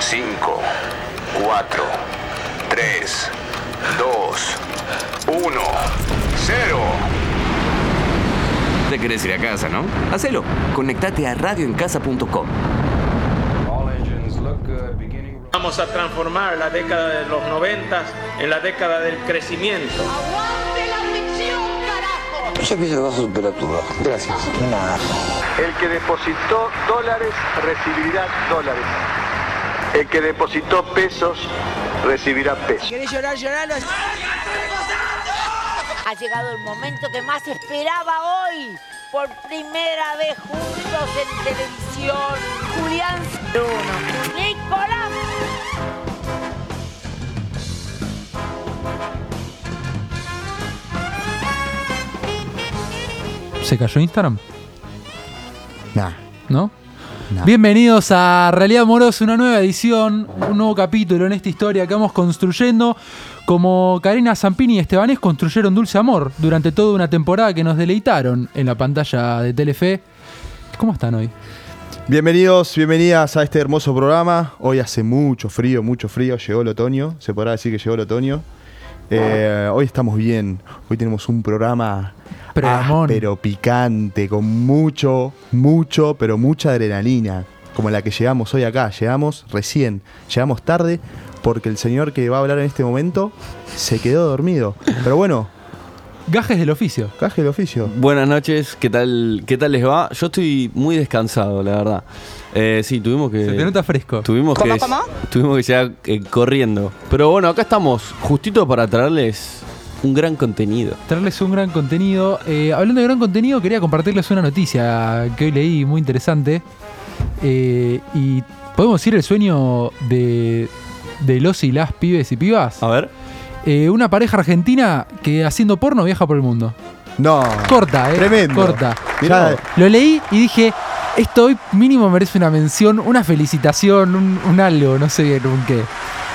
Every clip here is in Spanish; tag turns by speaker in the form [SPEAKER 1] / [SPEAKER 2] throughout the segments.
[SPEAKER 1] 5, 4, 3, 2, 1, 0.
[SPEAKER 2] Te querés ir a casa, ¿no? Hacelo. Conectate a radioencasa.com.
[SPEAKER 3] Vamos a transformar la década de los noventas en la década del crecimiento.
[SPEAKER 4] ¡Aguante la ficción, carajo!
[SPEAKER 5] Yo pienso que vas a superar tu bajo. Gracias. Nada.
[SPEAKER 6] El que depositó dólares recibirá dólares. El que depositó pesos recibirá pesos.
[SPEAKER 7] ¿Querés llorar, lloralo?
[SPEAKER 4] Ha llegado el momento que más esperaba hoy. Por primera vez juntos en televisión. Julián Bruno. Nicolás.
[SPEAKER 8] ¿Se cayó Instagram?
[SPEAKER 9] Nah.
[SPEAKER 8] ¿No?
[SPEAKER 9] No.
[SPEAKER 8] Bienvenidos a Realidad Amorosa, una nueva edición, un nuevo capítulo en esta historia que vamos construyendo. Como Karina Zampini y Estebanés construyeron Dulce Amor durante toda una temporada que nos deleitaron en la pantalla de Telefe. ¿Cómo están hoy?
[SPEAKER 10] Bienvenidos, bienvenidas a este hermoso programa. Hoy hace mucho frío, mucho frío. Llegó el otoño, se podrá decir que llegó el otoño. Eh, hoy estamos bien. Hoy tenemos un programa
[SPEAKER 8] Programón.
[SPEAKER 10] pero picante, con mucho, mucho, pero mucha adrenalina, como la que llegamos hoy acá. Llegamos recién, llegamos tarde, porque el señor que va a hablar en este momento se quedó dormido. Pero bueno,
[SPEAKER 8] Gajes del oficio.
[SPEAKER 10] caje el oficio.
[SPEAKER 11] Buenas noches, ¿qué tal, ¿qué tal les va? Yo estoy muy descansado, la verdad. Eh, sí, tuvimos que.
[SPEAKER 8] Se te nota fresco.
[SPEAKER 11] Tuvimos que, tuvimos que llegar eh, corriendo. Pero bueno, acá estamos, justito para traerles un gran contenido.
[SPEAKER 8] traerles un gran contenido. Eh, hablando de gran contenido, quería compartirles una noticia que hoy leí muy interesante. Eh, y podemos decir el sueño de, de los y las pibes y pibas.
[SPEAKER 11] A ver.
[SPEAKER 8] Eh, una pareja argentina que haciendo porno viaja por el mundo.
[SPEAKER 10] No.
[SPEAKER 8] Corta, ¿eh?
[SPEAKER 10] Tremendo.
[SPEAKER 8] Corta.
[SPEAKER 10] Mirá.
[SPEAKER 8] Lo leí y dije, esto hoy mínimo merece una mención, una felicitación, un, un algo, no sé bien un qué.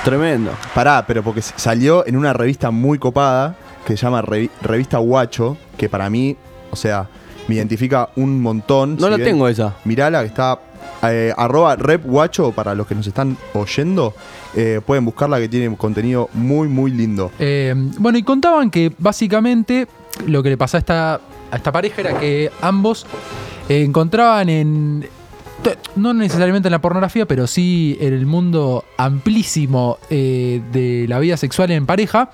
[SPEAKER 11] Tremendo.
[SPEAKER 10] Pará, pero porque s- salió en una revista muy copada que se llama Revi- Revista Guacho, que para mí, o sea, me identifica un montón.
[SPEAKER 11] No
[SPEAKER 10] si
[SPEAKER 11] la
[SPEAKER 10] bien-
[SPEAKER 11] tengo esa.
[SPEAKER 10] Mirala, que está eh, arroba rep guacho para los que nos están oyendo. eh, pueden buscarla que tiene contenido muy, muy lindo.
[SPEAKER 8] Eh, bueno, y contaban que básicamente lo que le pasó a esta, a esta pareja era que ambos eh, encontraban en. t- No necesariamente en la pornografía, pero sí en el mundo amplísimo eh, de la vida sexual en pareja.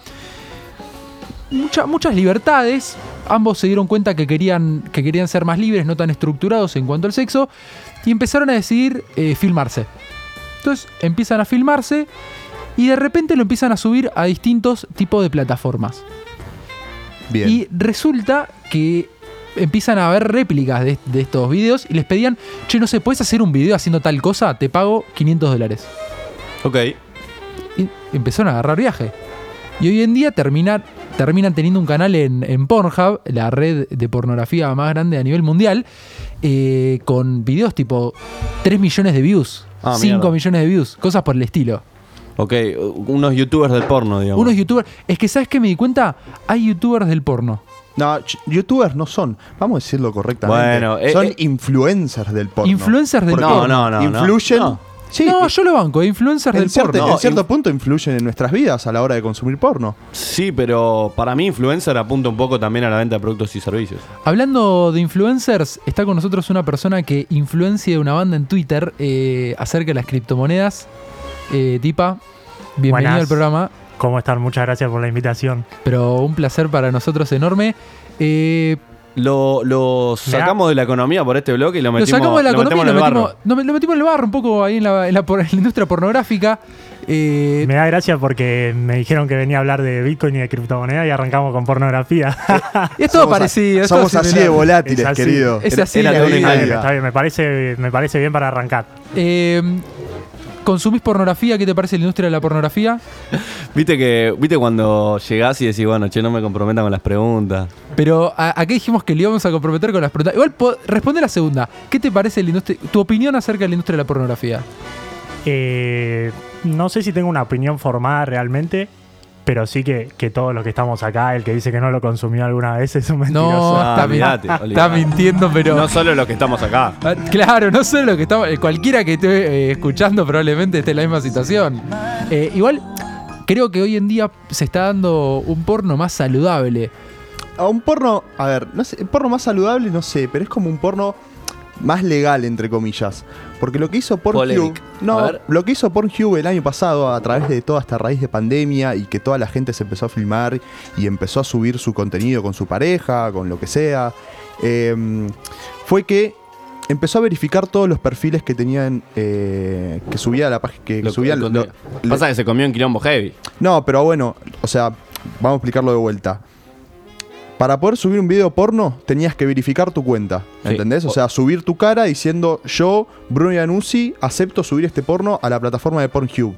[SPEAKER 8] mucha- muchas libertades. Ambos se dieron cuenta que querían, que querían ser más libres, no tan estructurados en cuanto al sexo. Y empezaron a decidir eh, filmarse. Entonces empiezan a filmarse y de repente lo empiezan a subir a distintos tipos de plataformas.
[SPEAKER 10] Bien.
[SPEAKER 8] Y resulta que empiezan a haber réplicas de, de estos videos y les pedían, che, no sé, ¿puedes hacer un video haciendo tal cosa? Te pago 500 dólares.
[SPEAKER 11] Ok.
[SPEAKER 8] Y empezaron a agarrar viaje. Y hoy en día termina- terminan teniendo un canal en, en Pornhub, la red de pornografía más grande a nivel mundial, eh, con videos tipo 3 millones de views,
[SPEAKER 11] Ah,
[SPEAKER 8] 5
[SPEAKER 11] mierda.
[SPEAKER 8] millones de views, cosas por el estilo.
[SPEAKER 11] Ok, unos youtubers del porno, digamos.
[SPEAKER 8] Unos youtubers. Es que, ¿sabes qué me di cuenta? Hay youtubers del porno.
[SPEAKER 10] No, ch- youtubers no son, vamos a decirlo correctamente.
[SPEAKER 11] Bueno, eh,
[SPEAKER 10] son
[SPEAKER 11] eh.
[SPEAKER 10] influencers del porno.
[SPEAKER 8] Influencers del
[SPEAKER 10] Porque
[SPEAKER 8] porno.
[SPEAKER 11] No, no, no, no.
[SPEAKER 10] Influyen.
[SPEAKER 11] No.
[SPEAKER 10] Sí,
[SPEAKER 8] no, yo lo banco, influencers
[SPEAKER 10] en
[SPEAKER 8] del
[SPEAKER 10] cierto,
[SPEAKER 8] porno.
[SPEAKER 10] en cierto punto influyen en nuestras vidas a la hora de consumir porno.
[SPEAKER 11] Sí, pero para mí, influencer apunta un poco también a la venta de productos y servicios.
[SPEAKER 8] Hablando de influencers, está con nosotros una persona que influencia una banda en Twitter eh, acerca de las criptomonedas. Eh, Tipa, bienvenido
[SPEAKER 12] Buenas.
[SPEAKER 8] al programa,
[SPEAKER 12] ¿Cómo están? Muchas gracias por la invitación.
[SPEAKER 8] pero un placer para nosotros enorme. Eh,
[SPEAKER 11] Lo, lo
[SPEAKER 12] Mirá.
[SPEAKER 11] sacamos de la economía por este bloque y lo
[SPEAKER 8] lo
[SPEAKER 11] metimos,
[SPEAKER 8] sacamos de la
[SPEAKER 11] lo
[SPEAKER 8] economía,
[SPEAKER 11] metemos
[SPEAKER 8] y
[SPEAKER 11] en
[SPEAKER 8] lo
[SPEAKER 11] el barro.
[SPEAKER 8] metimos, no, lo metimos en el barro un poco ahí en la, en la por- en la industria pornográfica. Eh,
[SPEAKER 12] Me da gracia porque me dijeron que venía a hablar de Bitcoin y de criptomonedas y arrancamos con pornografía.
[SPEAKER 8] Eh, es todo
[SPEAKER 10] Somos a-
[SPEAKER 8] parecido. es todo
[SPEAKER 10] Somos así de
[SPEAKER 8] similar.
[SPEAKER 10] volátiles,
[SPEAKER 12] Es así.
[SPEAKER 10] querido.
[SPEAKER 8] Es así
[SPEAKER 10] Era
[SPEAKER 8] la
[SPEAKER 10] de una
[SPEAKER 8] vida.
[SPEAKER 12] Está bien,
[SPEAKER 10] idea.
[SPEAKER 12] está bien, me parece, me parece bien para arrancar.
[SPEAKER 8] Eh, ¿Consumís pornografía? ¿Qué te parece la industria de la pornografía?
[SPEAKER 11] Viste que viste cuando llegás y decís, bueno, che, no me comprometa con las preguntas.
[SPEAKER 8] Pero ¿a, a qué dijimos que le íbamos a comprometer con las preguntas? Igual po- responde la segunda. ¿Qué te parece la industria, tu opinión acerca de la industria de la pornografía?
[SPEAKER 12] Eh, no sé si tengo una opinión formada realmente. Pero sí que, que todos los que estamos acá, el que dice que no lo consumió alguna vez es un mentiroso.
[SPEAKER 8] No, está,
[SPEAKER 11] olvídate,
[SPEAKER 8] está
[SPEAKER 11] olvídate.
[SPEAKER 8] mintiendo, pero.
[SPEAKER 11] Ah, No solo los que estamos acá.
[SPEAKER 8] Ah, Claro, no sé lo que estamos. eh, Cualquiera que esté eh, escuchando probablemente esté en la misma situación. Eh, igual, creo que hoy en día se está dando un porno más saludable.
[SPEAKER 10] A un porno, a ver, no sé, el porno más saludable no sé, pero es como un porno más legal, entre comillas. Porque lo que hizo Pornhub.
[SPEAKER 11] Polémic. A
[SPEAKER 10] No,
[SPEAKER 11] ver.
[SPEAKER 10] lo que hizo Pornhub el año pasado, a través de toda esta raíz de pandemia y que toda la gente se empezó a filmar y empezó a subir su contenido con su pareja, con lo que sea, eh, fue que empezó a verificar todos los perfiles que tenían. eh, que subía la página. que subían lo-
[SPEAKER 11] Lo-
[SPEAKER 10] lo-
[SPEAKER 11] Pasa que se comió en quilombo heavy.
[SPEAKER 10] no, pero bueno, o sea, vamos a explicarlo de vuelta. Para poder subir un video porno tenías que verificar tu cuenta,
[SPEAKER 11] Sí.
[SPEAKER 10] ¿entendés? O sea, subir tu cara diciendo yo, Bruno Iannuzzi, acepto subir este porno a la plataforma de Pornhub.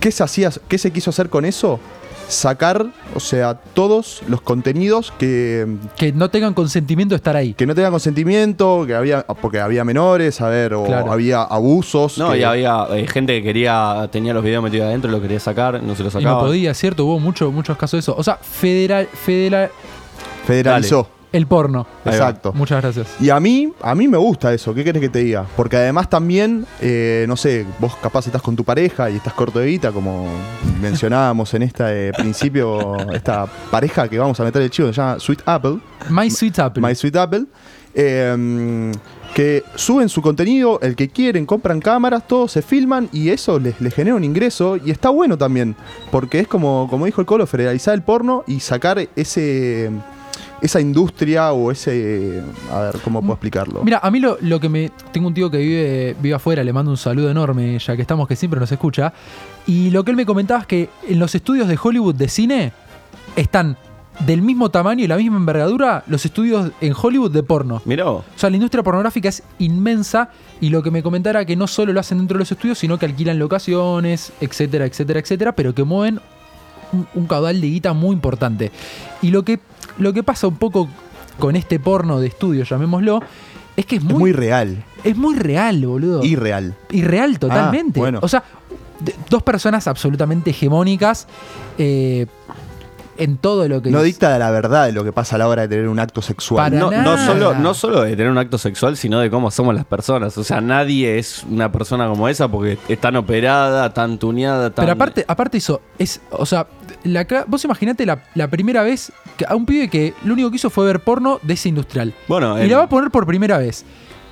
[SPEAKER 10] ¿Qué, se hacía, ¿Qué se quiso hacer con eso? Sacar, o sea, todos los contenidos que,
[SPEAKER 8] Que no tengan consentimiento de estar ahí.
[SPEAKER 10] que no tengan consentimiento, que había, porque había menores, a ver, o
[SPEAKER 8] Claro.
[SPEAKER 10] había abusos.
[SPEAKER 11] No,
[SPEAKER 10] que-
[SPEAKER 11] y había eh, gente que quería, tenía los videos metidos adentro, lo quería sacar, no se los
[SPEAKER 8] Y no
[SPEAKER 11] sacaba.
[SPEAKER 8] podía, ¿cierto? Hubo mucho- muchos casos de eso. O sea, federal, federal
[SPEAKER 10] Federalizó.
[SPEAKER 8] el porno.
[SPEAKER 11] Ahí va.
[SPEAKER 10] Exacto.
[SPEAKER 8] Muchas gracias.
[SPEAKER 10] Y a mí, a mí me gusta eso, ¿qué querés que te diga? Porque además también, eh, no sé, vos capaz estás con tu pareja y estás corto de guita, como mencionábamos en este principio, esta pareja que vamos a meter el chivo, se llama Sweet Apple,
[SPEAKER 8] My Sweet Apple.
[SPEAKER 10] My Sweet Apple, eh, que suben su contenido, el que quieren, compran cámaras, todos se filman y eso les, les genera un ingreso y está bueno también, porque es como, como dijo el Colo, federalizar el porno y sacar ese... Esa industria o ese. A ver, ¿cómo puedo explicarlo?
[SPEAKER 8] Mira, a mí lo, lo que me. Tengo un tío que vive, vive afuera, le mando un saludo enorme, ya que estamos, que siempre nos escucha. Y lo que él me comentaba es que en los estudios de Hollywood de cine están del mismo tamaño y la misma envergadura los estudios en Hollywood de porno.
[SPEAKER 11] Mirá vos.
[SPEAKER 8] O sea, la industria pornográfica es inmensa y lo que me comentara que no solo lo hacen dentro de los estudios, sino que alquilan locaciones, etcétera, etcétera, etcétera, pero que mueven un, un caudal de guita muy importante. Y lo que, lo que pasa un poco con este porno de estudio, llamémoslo, es que es
[SPEAKER 10] Es muy
[SPEAKER 8] muy,
[SPEAKER 10] real.
[SPEAKER 8] es muy real, boludo.
[SPEAKER 10] Irreal.
[SPEAKER 8] Irreal totalmente.
[SPEAKER 10] Ah, bueno.
[SPEAKER 8] O sea, de- dos personas absolutamente hegemónicas eh, en todo lo que...
[SPEAKER 10] No
[SPEAKER 8] es-
[SPEAKER 10] dicta de la verdad de lo que pasa a la hora de tener un acto sexual.
[SPEAKER 8] Para
[SPEAKER 11] No, no
[SPEAKER 8] nada.
[SPEAKER 11] solo, no solo de tener un acto sexual, sino de cómo somos las personas. O sea, nadie es una persona como esa porque es tan operada, tan tuneada, tan. eh,
[SPEAKER 8] Pero aparte, aparte eso, es, o sea, la, ca- vos imaginate la, la primera vez que a un pibe que lo único que hizo fue ver porno de ese industrial.
[SPEAKER 11] Bueno,
[SPEAKER 8] y
[SPEAKER 11] el-
[SPEAKER 8] la va a poner por primera vez.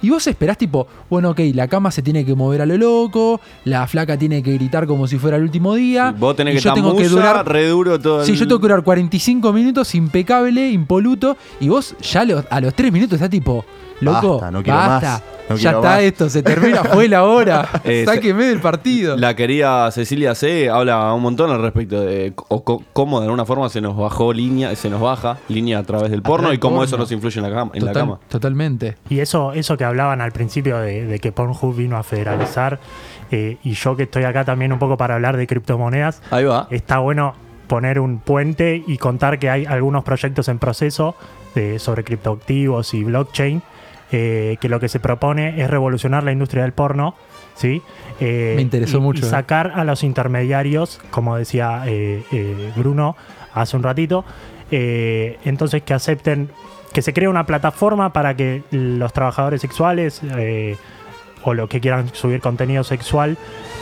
[SPEAKER 8] Y vos esperás tipo, bueno, ok, la cama se tiene que mover a lo loco, la flaca tiene que gritar como si fuera el último día.
[SPEAKER 11] Vos tenés
[SPEAKER 8] y
[SPEAKER 11] que
[SPEAKER 8] yo
[SPEAKER 11] estar
[SPEAKER 8] tengo que
[SPEAKER 11] musa,
[SPEAKER 8] durar
[SPEAKER 11] re duro todo
[SPEAKER 8] Sí,
[SPEAKER 11] el-
[SPEAKER 8] yo tengo que durar 45 minutos impecable, impoluto, y vos ya a los, a los 3 minutos estás tipo, loco,
[SPEAKER 10] Basta, no quiero
[SPEAKER 8] basta,
[SPEAKER 10] más, no
[SPEAKER 8] ya
[SPEAKER 10] quiero
[SPEAKER 8] está
[SPEAKER 10] más".
[SPEAKER 8] esto, se termina, fue la hora,
[SPEAKER 11] Eh,
[SPEAKER 8] sáqueme del partido.
[SPEAKER 11] La querida Cecilia C habla un montón al respecto de o co- cómo de alguna forma se nos bajó línea, se nos baja línea a través del porno
[SPEAKER 8] través
[SPEAKER 11] y cómo
[SPEAKER 8] del
[SPEAKER 11] eso
[SPEAKER 8] porno.
[SPEAKER 11] nos influye en la cama. En la
[SPEAKER 8] Total-
[SPEAKER 11] cama.
[SPEAKER 8] Totalmente.
[SPEAKER 12] Y eso, eso que hablaban al principio de, de que Pornhub vino a federalizar, eh, y yo que estoy acá también un poco para hablar de criptomonedas,
[SPEAKER 11] Ahí va.
[SPEAKER 12] está bueno poner un puente y contar que hay algunos proyectos en proceso de- sobre criptoactivos y blockchain, eh, que lo que se propone es revolucionar la industria del porno, ¿sí? Eh,
[SPEAKER 8] Me interesó
[SPEAKER 12] y-
[SPEAKER 8] mucho,
[SPEAKER 12] Y
[SPEAKER 8] eh.
[SPEAKER 12] sacar a los intermediarios, como decía eh, eh, Bruno hace un ratito, eh, entonces que acepten, que se cree una plataforma para que los trabajadores sexuales... eh, o los que quieran subir contenido sexual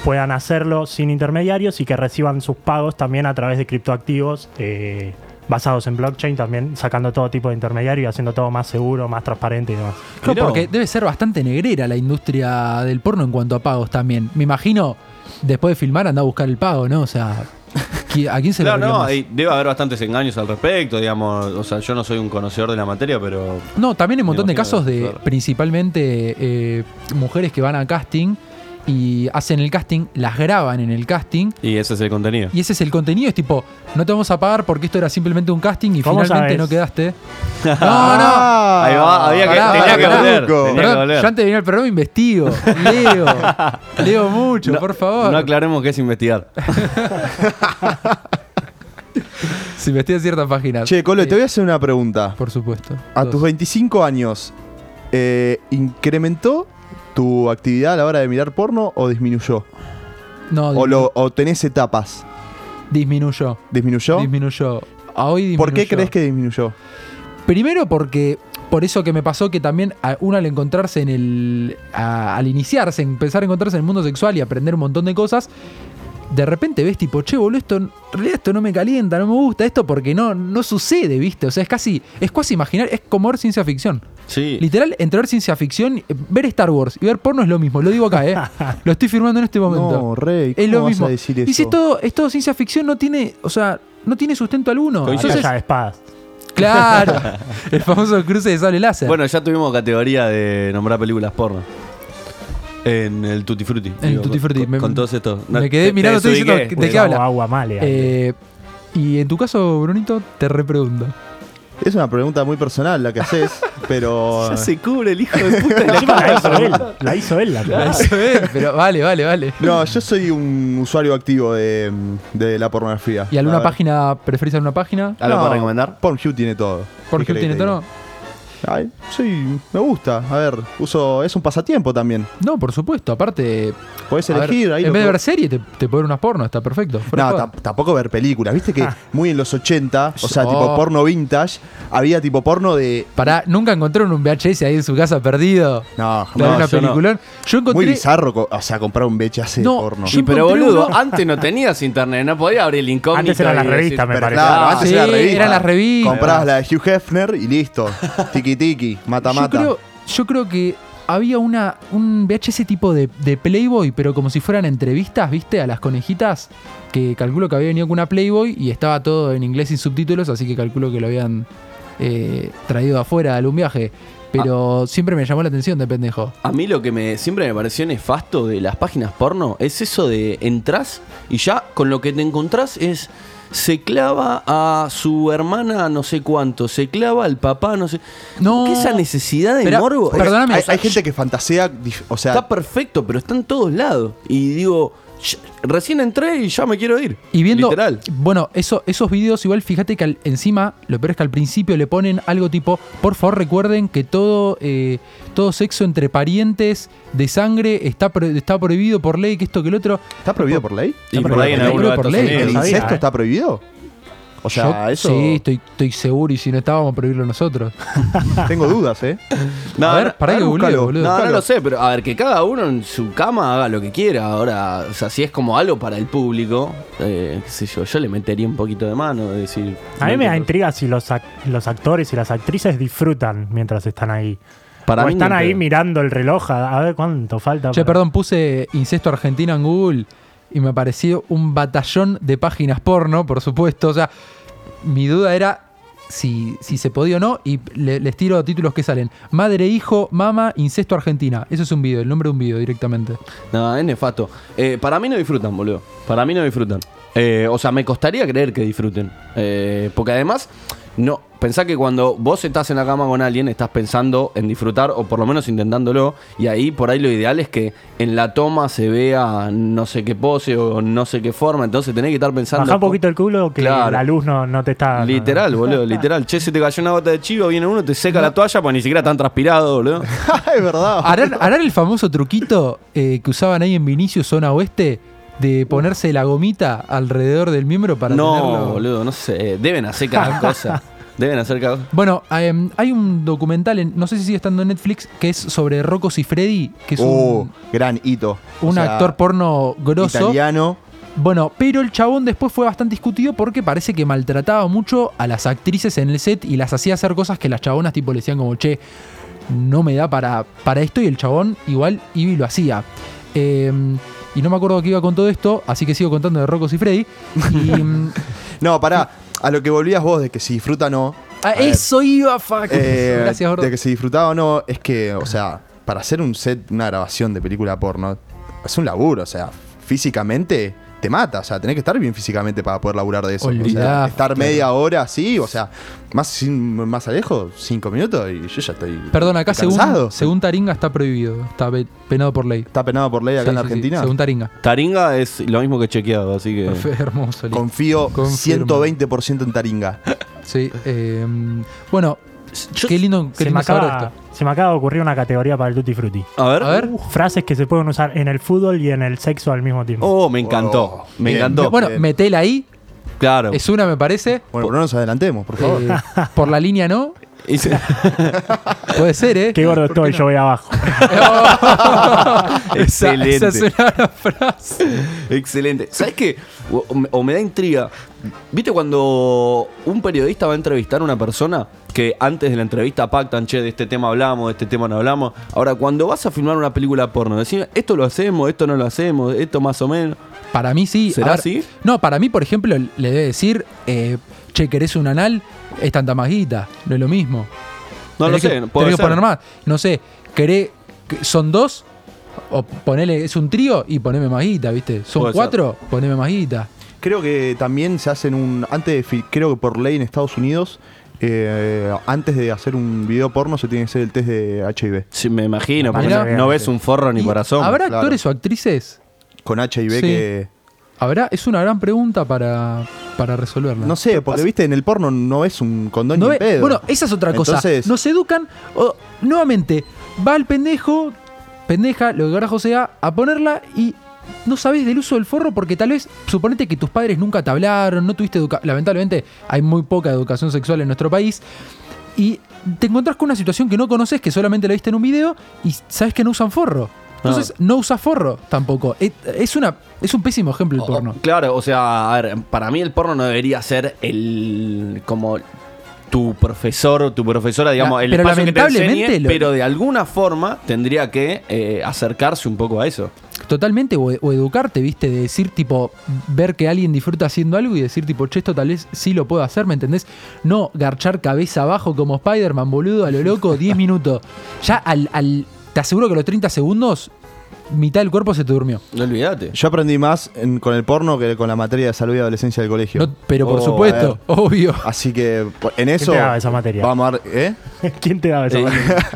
[SPEAKER 12] puedan hacerlo sin intermediarios y que reciban sus pagos también a través de criptoactivos eh, basados en blockchain, también sacando todo tipo de intermediario y haciendo todo más seguro, más transparente y demás.
[SPEAKER 8] No,
[SPEAKER 11] Mirá.
[SPEAKER 8] porque debe ser bastante negrera la industria del porno en cuanto a pagos también. Me imagino, después de filmar, anda a buscar el pago, ¿no? O sea, ¿qui- ¿a quién se
[SPEAKER 11] Claro,
[SPEAKER 8] le arregla
[SPEAKER 11] no,
[SPEAKER 8] más?
[SPEAKER 11] y debe haber bastantes engaños al respecto, digamos. O sea, yo no soy un conocedor de la materia, pero.
[SPEAKER 8] No, también hay un
[SPEAKER 11] Me
[SPEAKER 8] montón de
[SPEAKER 11] imagino
[SPEAKER 8] casos
[SPEAKER 11] que debe
[SPEAKER 8] de
[SPEAKER 11] ser.
[SPEAKER 8] principalmente eh, mujeres que van a casting y hacen el casting, las graban en el casting.
[SPEAKER 11] Y ese es el contenido.
[SPEAKER 8] Y ese es el contenido, es tipo, no te vamos a pagar porque esto era simplemente un casting y
[SPEAKER 12] ¿Cómo
[SPEAKER 8] finalmente
[SPEAKER 12] sabes?
[SPEAKER 8] no quedaste. No, no.
[SPEAKER 10] Ah.
[SPEAKER 11] Ahí va, había que,
[SPEAKER 8] pará,
[SPEAKER 11] tenía que
[SPEAKER 8] pará,
[SPEAKER 11] volver.
[SPEAKER 10] loco.
[SPEAKER 11] tenía que
[SPEAKER 8] Perdón,
[SPEAKER 11] volver.
[SPEAKER 8] yo antes de venir al programa investigo, leo, leo mucho, por favor.
[SPEAKER 11] No aclaremos qué es investigar.
[SPEAKER 8] Si investigas ciertas páginas.
[SPEAKER 10] Che, Colo,
[SPEAKER 8] Eh,
[SPEAKER 10] te voy a hacer una pregunta.
[SPEAKER 8] Por supuesto.
[SPEAKER 10] A
[SPEAKER 8] Dos.
[SPEAKER 10] tus 25 años, eh, ¿incrementó tu actividad a la hora de mirar porno o disminuyó?
[SPEAKER 8] No,
[SPEAKER 10] ¿O, lo, o tenés etapas?
[SPEAKER 8] Disminuyó.
[SPEAKER 10] ¿Disminuyó?
[SPEAKER 8] Disminuyó. A hoy disminuyó.
[SPEAKER 10] ¿Por qué crees que disminuyó?
[SPEAKER 8] Primero porque por eso que me pasó que también a uno al encontrarse en el a- al iniciarse, empezar a encontrarse en el mundo sexual y aprender un montón de cosas, de repente ves tipo, "Che, boludo, esto en realidad esto no me calienta, no me gusta esto porque no no sucede, ¿viste? O sea, es casi es casi imaginar, es como ver ciencia ficción.
[SPEAKER 10] Eh,
[SPEAKER 11] Sí.
[SPEAKER 8] Literal, entre ver ciencia ficción, eh, ver Star Wars y ver porno es lo mismo, lo digo acá, ¿eh? lo estoy firmando en este momento.
[SPEAKER 10] No, rey,
[SPEAKER 8] es
[SPEAKER 10] ¿cómo
[SPEAKER 8] lo
[SPEAKER 10] vas
[SPEAKER 8] mismo.
[SPEAKER 10] a decir
[SPEAKER 8] Y si
[SPEAKER 10] eso?
[SPEAKER 8] es todo, es todo ciencia ficción, no tiene, o sea, no tiene sustento alguno.
[SPEAKER 12] Acá
[SPEAKER 8] Entonces-
[SPEAKER 12] ya de espadas.
[SPEAKER 8] Claro. El famoso cruce de sable láser.
[SPEAKER 11] Bueno, ya tuvimos categoría de nombrar películas porno. En el Tutti Frutti.
[SPEAKER 8] En el Tutti Frutti.
[SPEAKER 11] Con,
[SPEAKER 8] Me-
[SPEAKER 11] con todos estos. No,
[SPEAKER 8] me quedé
[SPEAKER 11] te- te
[SPEAKER 8] mirando, estoy diciendo
[SPEAKER 11] desubiqué.
[SPEAKER 8] de qué habla.
[SPEAKER 12] agua male.
[SPEAKER 8] Eh, y en tu caso, Brunito, te repregunto.
[SPEAKER 10] Es una pregunta muy personal la que haces, pero.
[SPEAKER 11] Ya se cubre el hijo de puta.
[SPEAKER 12] Encima la hizo él. La hizo él la
[SPEAKER 8] La hizo él, pero vale, vale, vale.
[SPEAKER 10] No, yo soy un usuario activo de, de la pornografía.
[SPEAKER 8] ¿Y alguna
[SPEAKER 10] La verdad.
[SPEAKER 8] página, preferís alguna página?
[SPEAKER 11] ¿Algo
[SPEAKER 10] No,
[SPEAKER 11] para recomendar?
[SPEAKER 10] Pornhub tiene todo.
[SPEAKER 8] ¿Por
[SPEAKER 10] ¿Qué
[SPEAKER 8] qué
[SPEAKER 10] querés
[SPEAKER 8] tiene
[SPEAKER 10] Ah, que te
[SPEAKER 8] tono?
[SPEAKER 10] diga? Ay, sí, me gusta. A ver, uso. Es un pasatiempo también.
[SPEAKER 8] No, por supuesto, aparte.
[SPEAKER 10] Podés
[SPEAKER 8] a ver,
[SPEAKER 10] elegir ahí.
[SPEAKER 8] en
[SPEAKER 10] lo
[SPEAKER 8] vez
[SPEAKER 10] que
[SPEAKER 8] de ver
[SPEAKER 10] vos-
[SPEAKER 8] serie, te, te ponen unas porno, está perfecto. fuera
[SPEAKER 10] No,
[SPEAKER 8] de joda.
[SPEAKER 10] tam- tampoco ver películas. Viste que muy en los 80, o sea,
[SPEAKER 8] Ah. Oh.
[SPEAKER 10] tipo porno vintage, había tipo porno de.
[SPEAKER 8] Pará, nunca encontraron un VHS ahí en su casa perdido.
[SPEAKER 10] No,
[SPEAKER 8] Para
[SPEAKER 10] no,
[SPEAKER 8] una
[SPEAKER 10] yo no.
[SPEAKER 8] peliculón. Yo encontré.
[SPEAKER 10] Muy bizarro, co- o sea, comprar un VHS
[SPEAKER 8] No,
[SPEAKER 10] de porno.
[SPEAKER 8] yo-
[SPEAKER 11] Y pero
[SPEAKER 8] encontré
[SPEAKER 11] boludo,
[SPEAKER 8] uno.
[SPEAKER 11] antes no tenías internet, no podías abrir el incógnito.
[SPEAKER 12] Antes eran
[SPEAKER 11] y
[SPEAKER 12] las
[SPEAKER 11] decir-
[SPEAKER 12] revistas, me
[SPEAKER 10] Pero
[SPEAKER 12] parece.
[SPEAKER 10] claro, antes
[SPEAKER 8] Sí,
[SPEAKER 10] era revista.
[SPEAKER 8] eran las revistas.
[SPEAKER 10] Comprabas la de Hugh Hefner y listo. Tiki tiki, mata
[SPEAKER 8] yo,
[SPEAKER 10] mata.
[SPEAKER 8] creo, yo creo que había una, un VHS tipo de, de Playboy, pero como si fueran entrevistas, ¿viste? A las conejitas, que calculo que había venido con una Playboy y estaba todo en inglés sin subtítulos, así que calculo que lo habían eh, traído afuera de algún viaje. Pero
[SPEAKER 10] Ah.
[SPEAKER 8] siempre me llamó la atención de pendejo.
[SPEAKER 11] A mí lo que me siempre me pareció nefasto de las páginas porno es eso de entras y ya con lo que te encontrás es se clava a su hermana no sé cuánto, se clava al papá no sé.
[SPEAKER 8] No.
[SPEAKER 11] ¿Qué esa necesidad de
[SPEAKER 8] Pero,
[SPEAKER 11] morbo?
[SPEAKER 10] Porque
[SPEAKER 8] perdóname,
[SPEAKER 10] hay,
[SPEAKER 8] o sea,
[SPEAKER 10] hay gente que fantasea, dif- o sea,
[SPEAKER 11] Está perfecto, pero está en todos lados y digo, "Ya- recién entré y ya me quiero ir.
[SPEAKER 8] Y viendo,
[SPEAKER 11] literal.
[SPEAKER 8] bueno, eso, esos videos igual, fíjate que al- encima, lo peor es que al principio le ponen algo tipo, por favor recuerden que todo, eh, todo sexo entre parientes de sangre está, pro- está prohibido por ley, que esto, que el otro.
[SPEAKER 10] ¿está prohibido por ley?
[SPEAKER 11] Y
[SPEAKER 8] Está
[SPEAKER 11] por ahí en
[SPEAKER 8] prohibido
[SPEAKER 11] algún lugar
[SPEAKER 8] por
[SPEAKER 11] de
[SPEAKER 8] ley.
[SPEAKER 11] Estados
[SPEAKER 10] ¿El
[SPEAKER 11] Unidos.
[SPEAKER 12] no sabía,
[SPEAKER 10] incesto
[SPEAKER 12] eh.
[SPEAKER 10] está prohibido? O sea,
[SPEAKER 8] Yo-
[SPEAKER 10] eso
[SPEAKER 8] Sí, estoy, estoy seguro y si no estábamos prohibirlo nosotros.
[SPEAKER 10] tengo dudas, ¿eh?
[SPEAKER 11] No,
[SPEAKER 8] a ver,
[SPEAKER 11] no,
[SPEAKER 8] pará que
[SPEAKER 10] ahora
[SPEAKER 8] googleo,
[SPEAKER 10] búscalo.
[SPEAKER 8] boludo.
[SPEAKER 11] No, no lo sé, pero a ver, que cada uno en su cama haga lo que quiera. Ahora, o sea, si es como algo para el público, eh, qué sé yo, yo le metería un poquito de mano, de decir.
[SPEAKER 12] A mí me da
[SPEAKER 11] no,
[SPEAKER 12] intriga si los, ac- los actores y las actrices disfrutan mientras están ahí.
[SPEAKER 11] Para
[SPEAKER 12] o
[SPEAKER 11] mí
[SPEAKER 12] están
[SPEAKER 11] no
[SPEAKER 12] ahí
[SPEAKER 11] creo.
[SPEAKER 12] mirando el reloj a, a ver cuánto falta.
[SPEAKER 8] Che,
[SPEAKER 12] para-
[SPEAKER 8] perdón, puse incesto argentino en Google y me apareció un batallón de páginas porno, por supuesto. O sea, mi duda era si, si se podía o no y le- les tiro títulos que salen. Madre, hijo, mama, incesto argentina. Eso es un video, el nombre de un video directamente.
[SPEAKER 11] No, es nefasto. Eh, para mí no disfrutan, boludo. Para mí no disfrutan. Eh, o sea, me costaría creer que disfruten. Eh, porque además, no. Pensá que cuando vos estás en la cama con alguien, estás pensando en disfrutar o por lo menos intentándolo. Y ahí, por ahí, lo ideal es que en la toma se vea no sé qué pose o no sé qué forma. Entonces tenés que estar pensando.
[SPEAKER 12] Baja un poquito el culo que
[SPEAKER 11] Claro.
[SPEAKER 12] la luz no, no te está. no-
[SPEAKER 11] Literal, boludo, literal. Che, se te cayó una gota de chivo, viene uno, te seca la toalla, pues ni siquiera tan transpirado, boludo.
[SPEAKER 10] es verdad.
[SPEAKER 8] ¿Harán, harán el famoso truquito eh, que usaban ahí en Vinicius, zona oeste, de ponerse la gomita alrededor del miembro para
[SPEAKER 11] no,
[SPEAKER 8] tenerlo?
[SPEAKER 11] boludo, no sé. Deben hacer cada cosa. Deben hacer cada cosa.
[SPEAKER 8] Bueno, em, hay un documental, en, no sé si sigue estando en Netflix, que es sobre Rocos y Freddy, que es
[SPEAKER 10] Oh,
[SPEAKER 8] un,
[SPEAKER 10] gran hito. O
[SPEAKER 8] un
[SPEAKER 10] sea,
[SPEAKER 8] actor porno grosso.
[SPEAKER 10] italiano.
[SPEAKER 8] Bueno, pero el chabón después fue bastante discutido porque parece que maltrataba mucho a las actrices en el set y las hacía hacer cosas que las chabonas tipo le decían como, che, no me da para, para esto y el chabón igual iba y lo hacía. Eh, y no me acuerdo qué iba con todo esto, así que sigo contando de Rocos y Freddy. Y, mm,
[SPEAKER 10] No, pará. A lo que volvías vos de que si disfruta o no.
[SPEAKER 8] a
[SPEAKER 10] ver.
[SPEAKER 8] eso iba, fuck.
[SPEAKER 10] eh,
[SPEAKER 8] Ah, Gracias, gordo.
[SPEAKER 10] De que si disfrutaba o no, es que, o sea, para hacer un set, una grabación de película porno, es un laburo, o sea, físicamente te mata, o sea, tenés que estar bien físicamente para poder laburar de eso. O sea,
[SPEAKER 8] Olvidá,
[SPEAKER 10] estar media hora así, o sea, más, sin- más alejo, cinco minutos y yo ya estoy.
[SPEAKER 8] Perdón, acá según,
[SPEAKER 10] cansado.
[SPEAKER 8] según Taringa está prohibido, está pe- penado por ley.
[SPEAKER 10] Está penado por ley acá
[SPEAKER 8] Sí,
[SPEAKER 10] en la
[SPEAKER 8] sí, sí,
[SPEAKER 10] Argentina.
[SPEAKER 8] según Taringa.
[SPEAKER 11] Taringa es lo mismo que chequeado, así que.
[SPEAKER 8] Hermoso. listo.
[SPEAKER 10] Confío
[SPEAKER 8] Confirmo.
[SPEAKER 10] 120% en Taringa.
[SPEAKER 8] Sí. em, bueno,
[SPEAKER 11] Yo-
[SPEAKER 8] qué lindo, qué
[SPEAKER 12] Se me,
[SPEAKER 8] lindo saber
[SPEAKER 12] acaba,
[SPEAKER 8] esto.
[SPEAKER 12] se me acaba de ocurrir una categoría para el Tutti Frutti.
[SPEAKER 11] A ver. uh,
[SPEAKER 8] A ver.
[SPEAKER 12] Frases que se pueden usar en el fútbol y en el sexo al mismo tiempo.
[SPEAKER 11] Oh, me encantó.
[SPEAKER 10] Oh,
[SPEAKER 11] me
[SPEAKER 10] bien.
[SPEAKER 11] encantó.
[SPEAKER 8] Bueno,
[SPEAKER 10] Bien.
[SPEAKER 8] metela ahí.
[SPEAKER 11] Claro.
[SPEAKER 8] Es una, me parece.
[SPEAKER 10] Bueno, pero no nos adelantemos, por favor.
[SPEAKER 8] Eh, por la línea no. Puede ser, ¿eh?
[SPEAKER 12] Qué gordo estoy, yo voy abajo.
[SPEAKER 8] Esa- esa es una frase.
[SPEAKER 11] Excelente. ¿Sabes qué? O, o me- o me da intriga. ¿Viste cuando un periodista va a entrevistar a una persona que antes de la entrevista pactan, che, de este tema hablamos, de este tema no hablamos? Ahora, cuando vas a filmar una película porno, decís, esto lo hacemos, esto no lo hacemos, esto más o menos.
[SPEAKER 8] Para mí sí.
[SPEAKER 11] ¿Será
[SPEAKER 8] A ver,
[SPEAKER 11] así?
[SPEAKER 8] No, para mí, por ejemplo, le debe decir, eh, che, ¿querés un anal? Es tanta más guita, no es lo mismo.
[SPEAKER 11] No lo
[SPEAKER 8] Tenés que-
[SPEAKER 11] sé, puede
[SPEAKER 8] tenés que
[SPEAKER 11] ser.
[SPEAKER 8] poner más. No sé, ¿querés, que- ¿son dos? O ponele, es un trío y poneme más guita, ¿viste? ¿Son
[SPEAKER 10] Puede ser.
[SPEAKER 8] cuatro? Poneme más guita.
[SPEAKER 10] Creo que también se hacen un. Antes de fi- creo que por ley en Estados Unidos, eh, antes de hacer un video porno se tiene que hacer el test de HIV.
[SPEAKER 11] Sí, me imagino, porque
[SPEAKER 8] Mirá.
[SPEAKER 11] no, no ves un forro ni
[SPEAKER 8] ¿Y
[SPEAKER 11] por asomo.
[SPEAKER 8] ¿Habrá actores o actrices?
[SPEAKER 10] Con HIV
[SPEAKER 8] Sí.
[SPEAKER 10] que.
[SPEAKER 8] ¿Habrá? Es una gran pregunta para, para resolverla.
[SPEAKER 10] No sé, porque viste, en el porno no es un condón
[SPEAKER 8] No
[SPEAKER 10] ni
[SPEAKER 8] ve-
[SPEAKER 10] en pedo.
[SPEAKER 8] Bueno, esa es otra cosa.
[SPEAKER 10] Entonces,
[SPEAKER 8] Nos educan, o, nuevamente, va el pendejo, pendeja, lo que carajo sea, a ponerla y no sabés del uso del forro porque tal vez, suponete que tus padres nunca te hablaron, no tuviste educación. Lamentablemente, hay muy poca educación sexual en nuestro país. Y te encontrás con una situación que no conoces, que solamente la viste en un video y sabes que no usan forro. Entonces, no usas forro tampoco. Es, es una, es un pésimo ejemplo el porno.
[SPEAKER 11] Claro, o sea, a ver, para mí el porno no debería ser el. como tu profesor o tu profesora, digamos, el
[SPEAKER 8] pero
[SPEAKER 11] espacio que te
[SPEAKER 8] lamentablemente
[SPEAKER 11] enseñe,
[SPEAKER 8] lo-
[SPEAKER 11] pero de alguna forma tendría que eh, acercarse un poco a eso.
[SPEAKER 8] Totalmente, o, o educarte, ¿viste? De decir, tipo, ver que alguien disfruta haciendo algo y decir, tipo, che, esto tal vez sí lo puedo hacer, ¿me entendés? No garchar cabeza abajo como Spider-Man, boludo, a lo loco, 10 minutos. Ya al, al- Te aseguro que a los 30 segundos, mitad del cuerpo se te durmió.
[SPEAKER 11] No olvídate.
[SPEAKER 10] yo aprendí más en- con el porno que con la materia de salud y adolescencia del colegio.
[SPEAKER 8] No, pero por
[SPEAKER 10] Oh,
[SPEAKER 8] supuesto,
[SPEAKER 10] a ver.
[SPEAKER 8] obvio.
[SPEAKER 10] Así que po- en eso.
[SPEAKER 12] te daba esa materia?
[SPEAKER 10] Vamos a ver, ¿eh?
[SPEAKER 12] ¿Quién te daba esa
[SPEAKER 7] Eh,
[SPEAKER 12] materia?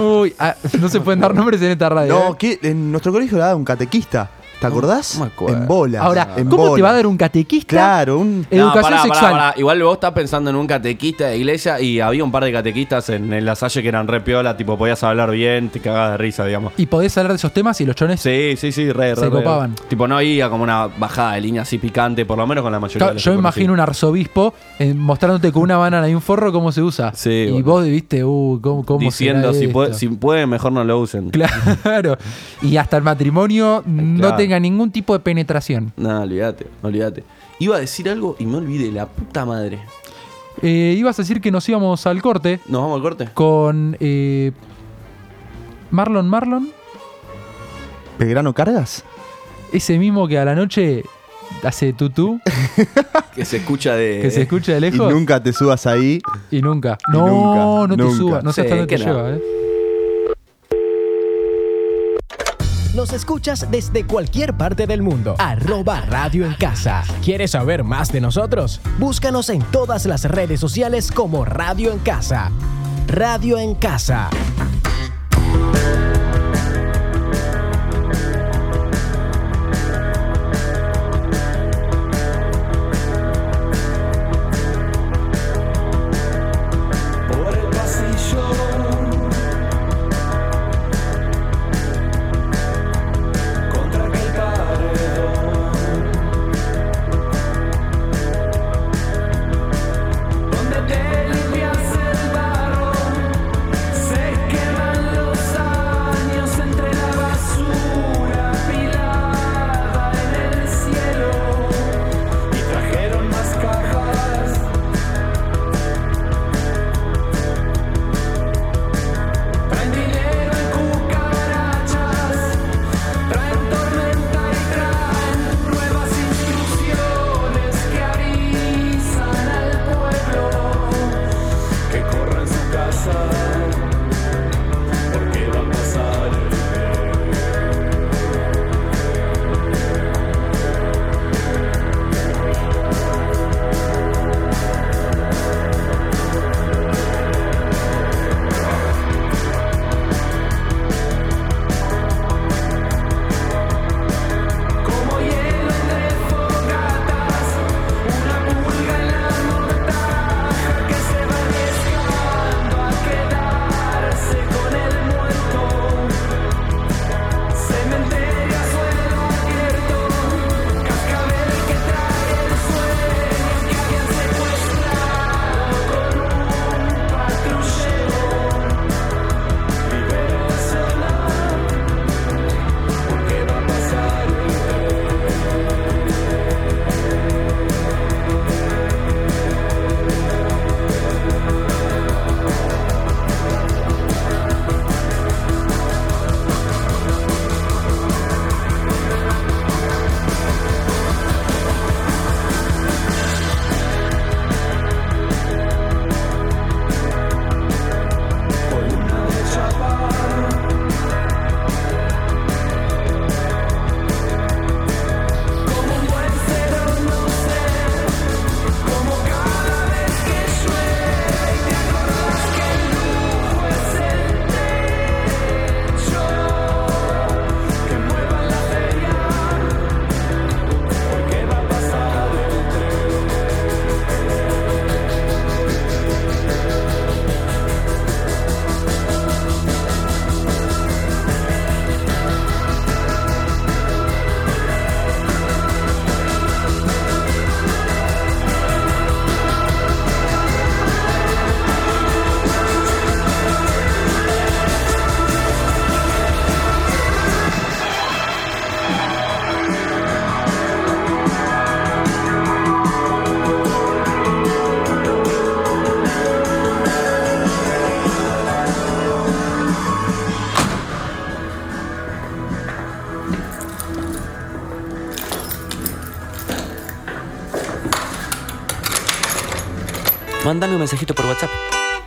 [SPEAKER 8] Uy, ah, no se pueden dar nombres en esta radio.
[SPEAKER 10] No,
[SPEAKER 8] ¿eh?
[SPEAKER 10] que en nuestro colegio la daba un catequista. ¿Te acordás?
[SPEAKER 11] me acuerdo.
[SPEAKER 10] en bolas.
[SPEAKER 8] Ahora,
[SPEAKER 10] en
[SPEAKER 8] ¿cómo te
[SPEAKER 10] bolas.
[SPEAKER 8] va a dar un Eh, catequista?
[SPEAKER 10] Claro, un.
[SPEAKER 8] Educación
[SPEAKER 11] No, pará, pará,
[SPEAKER 8] sexual.
[SPEAKER 11] pará. Igual vos estás pensando en un catequista de iglesia y había un par de catequistas en, en la salle que eran re piola, tipo, podías hablar bien, te cagabas de risa, digamos.
[SPEAKER 8] Y podés hablar de esos temas y los chones.
[SPEAKER 11] Sí, sí, sí, re, re.
[SPEAKER 8] Se
[SPEAKER 11] re.
[SPEAKER 8] copaban.
[SPEAKER 11] Tipo, no había como una bajada de línea así picante, por lo menos con la mayoría
[SPEAKER 8] Claro,
[SPEAKER 11] de los
[SPEAKER 8] yo
[SPEAKER 11] que
[SPEAKER 8] me
[SPEAKER 11] conocí.
[SPEAKER 8] imagino un arzobispo eh, mostrándote con una banana y un forro cómo se usa.
[SPEAKER 11] Sí,
[SPEAKER 8] y
[SPEAKER 11] bueno.
[SPEAKER 8] vos viste, uh, cómo, cómo
[SPEAKER 11] diciendo
[SPEAKER 8] será
[SPEAKER 11] si, puede-
[SPEAKER 8] esto?
[SPEAKER 11] si pueden, mejor no lo usen.
[SPEAKER 8] Claro. Y hasta el matrimonio no
[SPEAKER 11] claro.
[SPEAKER 8] tenga ningún tipo de penetración.
[SPEAKER 11] No, olvídate, olvídate. Iba a decir algo y me olvidé, la puta madre.
[SPEAKER 8] Eh, ibas a decir que nos íbamos al corte
[SPEAKER 11] ¿Nos vamos al corte?
[SPEAKER 8] con eh, Marlon Marlon,
[SPEAKER 10] ¿Belgrano Cargas?
[SPEAKER 8] ese mismo que a la noche hace tutú,
[SPEAKER 11] Que se escucha de. eh,
[SPEAKER 8] que se escucha de
[SPEAKER 10] Y
[SPEAKER 8] lejos y,
[SPEAKER 10] nunca te subas ahí.
[SPEAKER 8] nunca.
[SPEAKER 10] y
[SPEAKER 8] No, no
[SPEAKER 10] nunca,
[SPEAKER 8] te
[SPEAKER 10] nunca.
[SPEAKER 8] subas, no
[SPEAKER 11] Sí,
[SPEAKER 8] sé hasta dónde te
[SPEAKER 11] que no.
[SPEAKER 8] lleva. eh.
[SPEAKER 7] Nos escuchas desde cualquier parte del mundo. Arroba Radio en Casa. ¿Quieres saber más de nosotros? Búscanos en todas las redes sociales como Radio en Casa. Radio en Casa.
[SPEAKER 13] por el pasillo. Contra aquel paredón. Donde te limpias el barro, sé que
[SPEAKER 8] eh.
[SPEAKER 14] Mándame un mensajito por WhatsApp.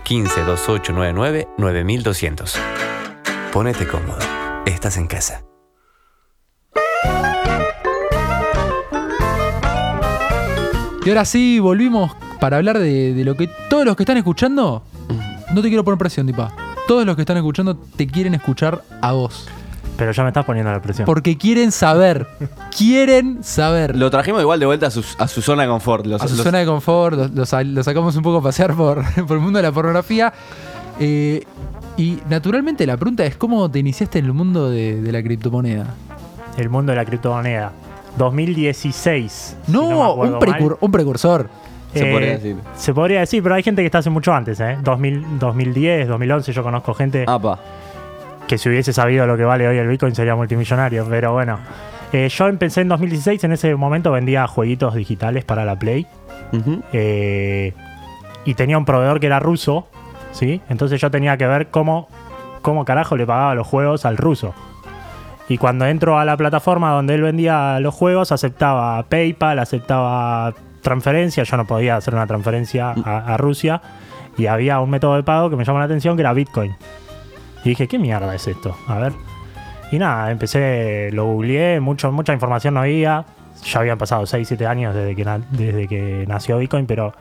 [SPEAKER 14] 15 2899 9200. Ponete cómodo. Estás en casa.
[SPEAKER 8] Y ahora sí, volvimos para hablar de, de lo que todos los que están escuchando. No te quiero poner presión, tipa. Todos los que están escuchando te quieren escuchar a vos.
[SPEAKER 12] Pero ya me estás poniendo la presión.
[SPEAKER 8] Porque quieren saber. Quieren saber.
[SPEAKER 11] Lo trajimos igual de vuelta a su, a su zona de confort. Los-
[SPEAKER 8] a su
[SPEAKER 11] los-
[SPEAKER 8] zona de confort, los- los sa- los sacamos un poco a pasear por, por el mundo de la pornografía. Eh, y naturalmente la pregunta es: ¿cómo te iniciaste en el mundo de, de la criptomoneda?
[SPEAKER 12] El mundo de la criptomoneda. 2016.
[SPEAKER 8] No,
[SPEAKER 12] si me acuerdo
[SPEAKER 8] un,
[SPEAKER 12] mal.
[SPEAKER 8] precur- un precursor.
[SPEAKER 12] Eh, Se podría decir, pero hay gente que está hace mucho antes, ¿eh? 2000, 2010, 2011, yo conozco
[SPEAKER 11] Ah,
[SPEAKER 12] gente que si hubiese sabido lo que vale hoy el Bitcoin sería multimillonario, pero bueno. Eh, yo empecé en 2016, en ese momento vendía jueguitos digitales para la Play. Eh, y tenía un proveedor que era ruso, ¿sí? Entonces yo tenía que ver cómo, cómo carajo le pagaba los juegos al ruso. Y cuando entro a la plataforma donde él vendía los juegos, aceptaba PayPal, aceptaba transferencias. Yo no podía hacer una transferencia a, a Rusia. Y había un método de pago que me llamó la atención, que era Bitcoin. Y dije, ¿qué mierda es esto? A ver. Y nada, empecé, lo googleé, mucho, mucha información no había. Ya habían pasado 6, 7 años desde que, na- desde que nació Bitcoin, pero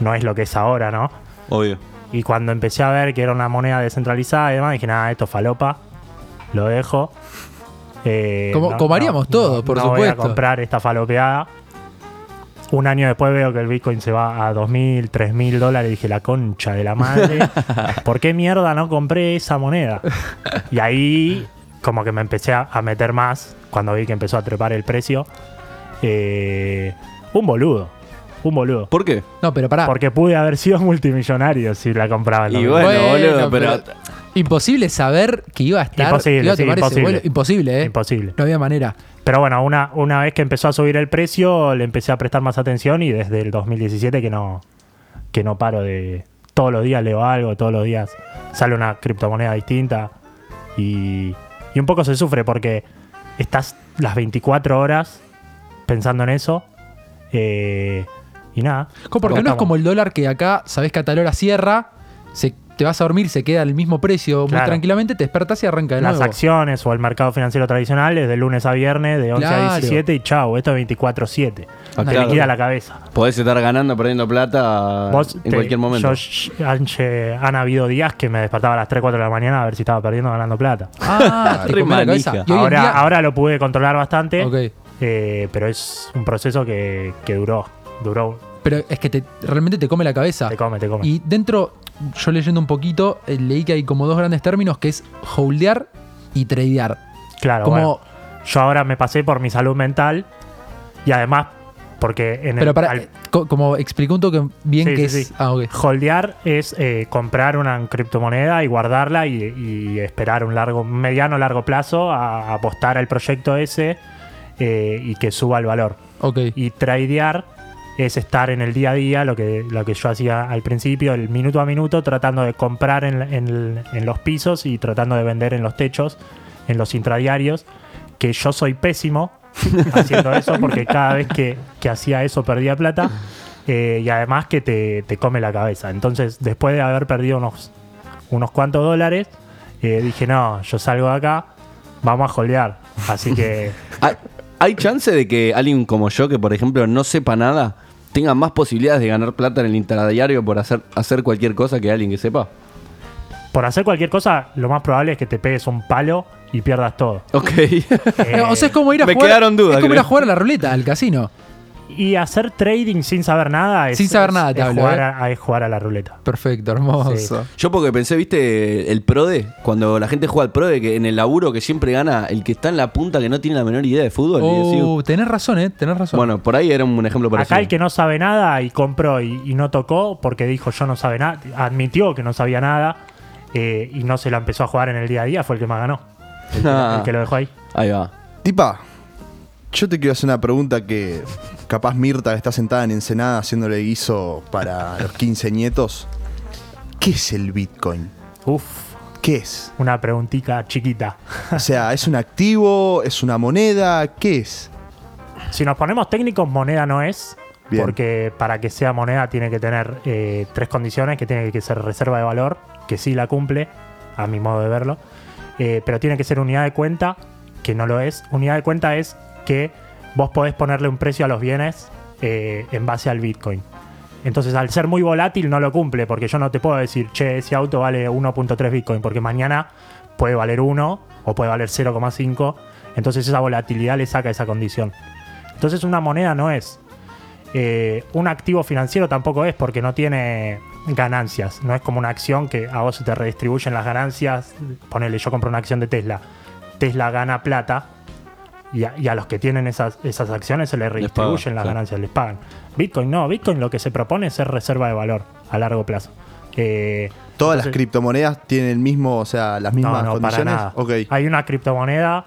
[SPEAKER 12] no es lo que es ahora, ¿no?
[SPEAKER 11] Obvio.
[SPEAKER 12] Y cuando empecé a ver que era una moneda descentralizada y demás, dije, nada, esto es falopa, lo dejo. Eh,
[SPEAKER 8] Como- como haríamos todos, por
[SPEAKER 12] no
[SPEAKER 8] supuesto.
[SPEAKER 12] Voy a comprar esta falopeada. Un año después veo que el Bitcoin se va a 2.000, 3.000 dólares. Dije, la concha de la madre. ¿Por qué mierda no compré esa moneda? Y ahí como que me empecé a, a meter más cuando vi que empezó a trepar el precio. Eh, un boludo. Un boludo.
[SPEAKER 11] ¿Por qué?
[SPEAKER 8] No, pero pará.
[SPEAKER 12] Porque pude haber sido multimillonario si la compraba. en
[SPEAKER 11] Y
[SPEAKER 12] 2000.
[SPEAKER 11] bueno, boludo, pero,
[SPEAKER 8] Imposible saber que iba a estar. que
[SPEAKER 12] Imposible,
[SPEAKER 8] iba a
[SPEAKER 12] sí,
[SPEAKER 8] tomar ese
[SPEAKER 12] imposible.
[SPEAKER 8] vuelo. Imposible, ¿eh?
[SPEAKER 12] Imposible.
[SPEAKER 8] No había manera.
[SPEAKER 12] Pero bueno, una, una vez que empezó a subir el precio, le empecé a prestar más atención y desde el 2017 que no, que no paro de... Todos los días leo algo, todos los días sale una criptomoneda distinta y, y un poco se sufre porque estás las 24 horas pensando en eso eh, y nada.
[SPEAKER 8] Co- Porque no es como el dólar que acá sabes que a tal hora cierra, se- te vas a dormir, se queda al mismo precio muy
[SPEAKER 12] Claro.
[SPEAKER 8] tranquilamente, te despertas y arranca de
[SPEAKER 12] las
[SPEAKER 8] nuevo.
[SPEAKER 12] acciones o el mercado financiero tradicional es de lunes a viernes, de 11
[SPEAKER 8] Claro.
[SPEAKER 12] a 17 y chao, esto es 24-7.
[SPEAKER 11] Ah,
[SPEAKER 12] Te
[SPEAKER 11] claro.
[SPEAKER 12] liquida la cabeza.
[SPEAKER 8] Ah,
[SPEAKER 11] podés estar ganando, perdiendo plata
[SPEAKER 12] Vos
[SPEAKER 11] en
[SPEAKER 12] te-
[SPEAKER 11] cualquier momento.
[SPEAKER 12] yo, sh- han, che- han habido días que me despertaba a las 3, 4 de la mañana a ver si estaba perdiendo o ganando plata.
[SPEAKER 8] Ah, te
[SPEAKER 11] Re
[SPEAKER 8] comió la cabeza.
[SPEAKER 11] manija.
[SPEAKER 8] Y hoy en
[SPEAKER 12] ahora,
[SPEAKER 8] día-
[SPEAKER 12] ahora lo pude controlar bastante, eh, pero es un proceso que, que duró. Duró.
[SPEAKER 8] Pero es que te- realmente te come la cabeza. Te
[SPEAKER 12] come, te come.
[SPEAKER 8] Ah. Y dentro, yo leyendo un poquito, eh, leí que hay como dos grandes términos que es holdear y tradear.
[SPEAKER 12] Claro,
[SPEAKER 8] Como-
[SPEAKER 12] bueno, yo ahora me pasé por mi salud mental y además porque en el,
[SPEAKER 8] Pero para,
[SPEAKER 12] al-
[SPEAKER 8] eh, co- como explicó un toque bien
[SPEAKER 12] Sí,
[SPEAKER 8] que
[SPEAKER 12] sí,
[SPEAKER 8] es.
[SPEAKER 12] sí.
[SPEAKER 8] Ah, ok.
[SPEAKER 12] Holdear es eh, comprar una criptomoneda y guardarla y, y esperar un largo, un mediano largo plazo a apostar al proyecto ese eh, y que suba el valor. Y tradear es estar en el día a día, lo que, lo que yo hacía al principio, el minuto a minuto, tratando de comprar en, en- en los pisos y tratando de vender en los techos, en los intradiarios, que yo soy pésimo haciendo eso porque cada vez que, que hacía eso perdía plata eh, y además que te, te come la cabeza. Entonces, después de haber perdido unos, unos cuantos dólares, eh, dije, no, yo salgo de acá, vamos a jolear. Así que...
[SPEAKER 11] ¿Hay, hay chance de que alguien como yo, que por ejemplo no sepa nada, tenga más posibilidades de ganar plata en el intradiario por hacer, hacer cualquier cosa que alguien que sepa?
[SPEAKER 12] por hacer cualquier cosa, lo más probable es que te pegues un palo y pierdas todo.
[SPEAKER 11] Ok.
[SPEAKER 8] o sea, es como ir a
[SPEAKER 12] Eh, me
[SPEAKER 8] jugar.
[SPEAKER 12] quedaron dudas,
[SPEAKER 8] es como ir a
[SPEAKER 12] creo.
[SPEAKER 8] jugar a la ruleta, al casino.
[SPEAKER 12] Y hacer trading sin saber nada es,
[SPEAKER 8] Sin saber
[SPEAKER 12] es-
[SPEAKER 8] nada, te
[SPEAKER 12] es
[SPEAKER 8] hablo,
[SPEAKER 12] jugar
[SPEAKER 8] ¿eh?
[SPEAKER 12] a, es jugar a la ruleta.
[SPEAKER 8] Perfecto, hermoso.
[SPEAKER 11] Yo porque pensé, viste, el PRODE, cuando la gente juega al PRODE, que en el laburo que siempre gana el que está en la punta que no tiene la menor idea de fútbol. y decís,
[SPEAKER 8] Oh, tenés razón, eh, tenés razón.
[SPEAKER 11] bueno, por ahí era un ejemplo parecido.
[SPEAKER 12] Acá el que no sabe nada y compró y, y no tocó porque dijo yo no sabe nada, admitió que no sabía nada eh, y no se la empezó a jugar en el día a día, fue el que más ganó. El que,
[SPEAKER 8] Ah.
[SPEAKER 12] el que lo dejó ahí.
[SPEAKER 11] Ah, Ahí va.
[SPEAKER 10] Tipa, yo te quiero hacer una pregunta que capaz Mirta está sentada en Ensenada haciéndole guiso para los 15 nietos. ¿Qué es el Bitcoin?
[SPEAKER 12] Uf.
[SPEAKER 10] ¿Qué es?
[SPEAKER 12] Una preguntita chiquita.
[SPEAKER 10] O sea, ¿es un activo? ¿Es una moneda? ¿Qué es?
[SPEAKER 12] Si nos ponemos técnicos, moneda no es.
[SPEAKER 10] Bien.
[SPEAKER 12] Porque para que sea moneda tiene que tener eh, tres condiciones, que tiene que ser reserva de valor, que sí la cumple, a mi modo de verlo, eh, pero tiene que ser unidad de cuenta, que no lo es. Unidad de cuenta es que vos podés ponerle un precio a los bienes eh, en base al Bitcoin. Entonces, al ser muy volátil, no lo cumple, porque yo no te puedo decir, che, ese auto vale 1.3 Bitcoin, porque mañana puede valer 1 o puede valer 0,5. Entonces, esa volatilidad le saca esa condición. Entonces, una moneda no es. Eh, un activo financiero tampoco es, porque no tiene ganancias. No es como una acción que a vos se te redistribuyen las ganancias. Ponele, yo compro una acción de Tesla. Tesla gana plata, y a, y a los que tienen esas, esas acciones se les redistribuyen
[SPEAKER 11] pagan,
[SPEAKER 12] las
[SPEAKER 11] sí.
[SPEAKER 12] ganancias, les pagan. Bitcoin no, Bitcoin lo que se propone es ser reserva de valor a largo plazo. Eh,
[SPEAKER 10] Todas las
[SPEAKER 12] entonces-
[SPEAKER 10] criptomonedas tienen el mismo, o sea, las mismas
[SPEAKER 12] no, no, para
[SPEAKER 10] condiciones.
[SPEAKER 12] nada.
[SPEAKER 10] Ok.
[SPEAKER 12] Hay una criptomoneda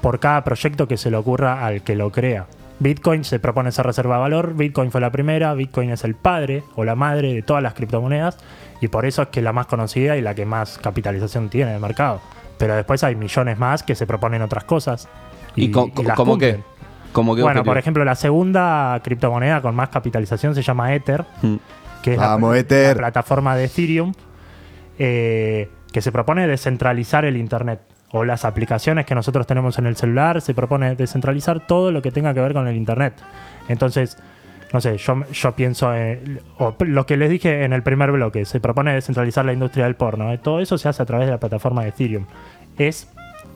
[SPEAKER 12] por cada proyecto que se le ocurra al que lo crea. Bitcoin se propone esa reserva de valor, Bitcoin fue la primera, Bitcoin es el padre o la madre de todas las criptomonedas y por eso es que es la más conocida y la que más capitalización tiene en el mercado. Pero después hay millones más que se proponen otras cosas.
[SPEAKER 11] ¿Y, co- co-
[SPEAKER 12] las
[SPEAKER 11] cómo
[SPEAKER 12] cumplen.
[SPEAKER 11] qué? ¿Cómo qué
[SPEAKER 12] Bueno,
[SPEAKER 11] objetivo?
[SPEAKER 12] por ejemplo, la segunda criptomoneda con más capitalización se llama Ether,
[SPEAKER 11] Mm.
[SPEAKER 12] que es la-
[SPEAKER 10] Vamos,
[SPEAKER 12] la,
[SPEAKER 10] Ether.
[SPEAKER 12] plataforma de Ethereum, eh, que se propone descentralizar el Internet. O las aplicaciones que nosotros tenemos en el celular, se propone descentralizar todo lo que tenga que ver con el Internet. Entonces, no sé, yo, yo pienso, en- o p- lo que les dije en el primer bloque, se propone descentralizar la industria del porno. eh, Todo eso se hace a través de la plataforma de Ethereum. Es,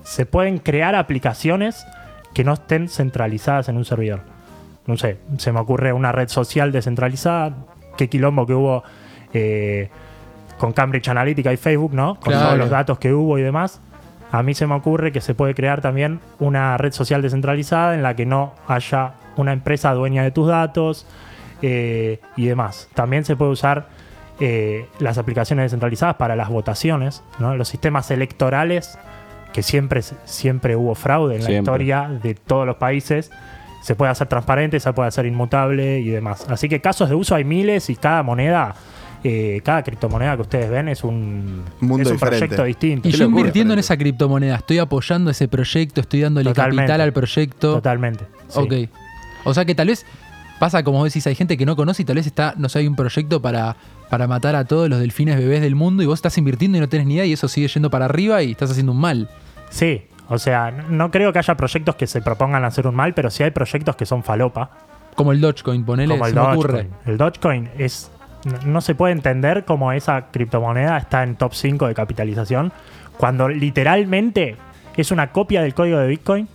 [SPEAKER 12] se pueden crear aplicaciones que no estén centralizadas en un servidor. No sé, se me ocurre una red social descentralizada, qué quilombo que hubo eh, con Cambridge Analytica y Facebook, ¿no? Con
[SPEAKER 8] Claro.
[SPEAKER 12] todos los datos que hubo y demás. A mí se me ocurre que se puede crear también una red social descentralizada en la que no haya una empresa dueña de tus datos eh, y demás. También se puede usar eh, las aplicaciones descentralizadas para las votaciones, ¿no? Los sistemas electorales, que siempre, siempre hubo fraude en la
[SPEAKER 11] Siempre.
[SPEAKER 12] historia de todos los países. Se puede hacer transparente, se puede hacer inmutable y demás. Así que casos de uso hay miles y cada moneda, eh, cada criptomoneda que ustedes ven es un, es un proyecto distinto.
[SPEAKER 8] Y yo invirtiendo en esa criptomoneda, estoy apoyando ese proyecto, estoy dándole
[SPEAKER 12] Totalmente.
[SPEAKER 8] capital al proyecto.
[SPEAKER 12] Totalmente. sí.
[SPEAKER 8] Ok. O sea que tal vez pasa, como decís, hay gente que no conoce y tal vez está, no sé, hay un proyecto para, para matar a todos los delfines bebés del mundo y vos estás invirtiendo y no tenés ni idea y eso sigue yendo para arriba y estás haciendo un mal.
[SPEAKER 12] Sí, o sea, n- no creo que haya proyectos que se propongan hacer un mal, pero sí hay proyectos que son falopa.
[SPEAKER 8] Como el Dogecoin, ponele,
[SPEAKER 12] como el
[SPEAKER 8] se me ocurre.
[SPEAKER 12] Dogecoin. El Dogecoin es. no- No se puede entender cómo esa criptomoneda está en top 5 de capitalización cuando literalmente es una copia del código de Bitcoin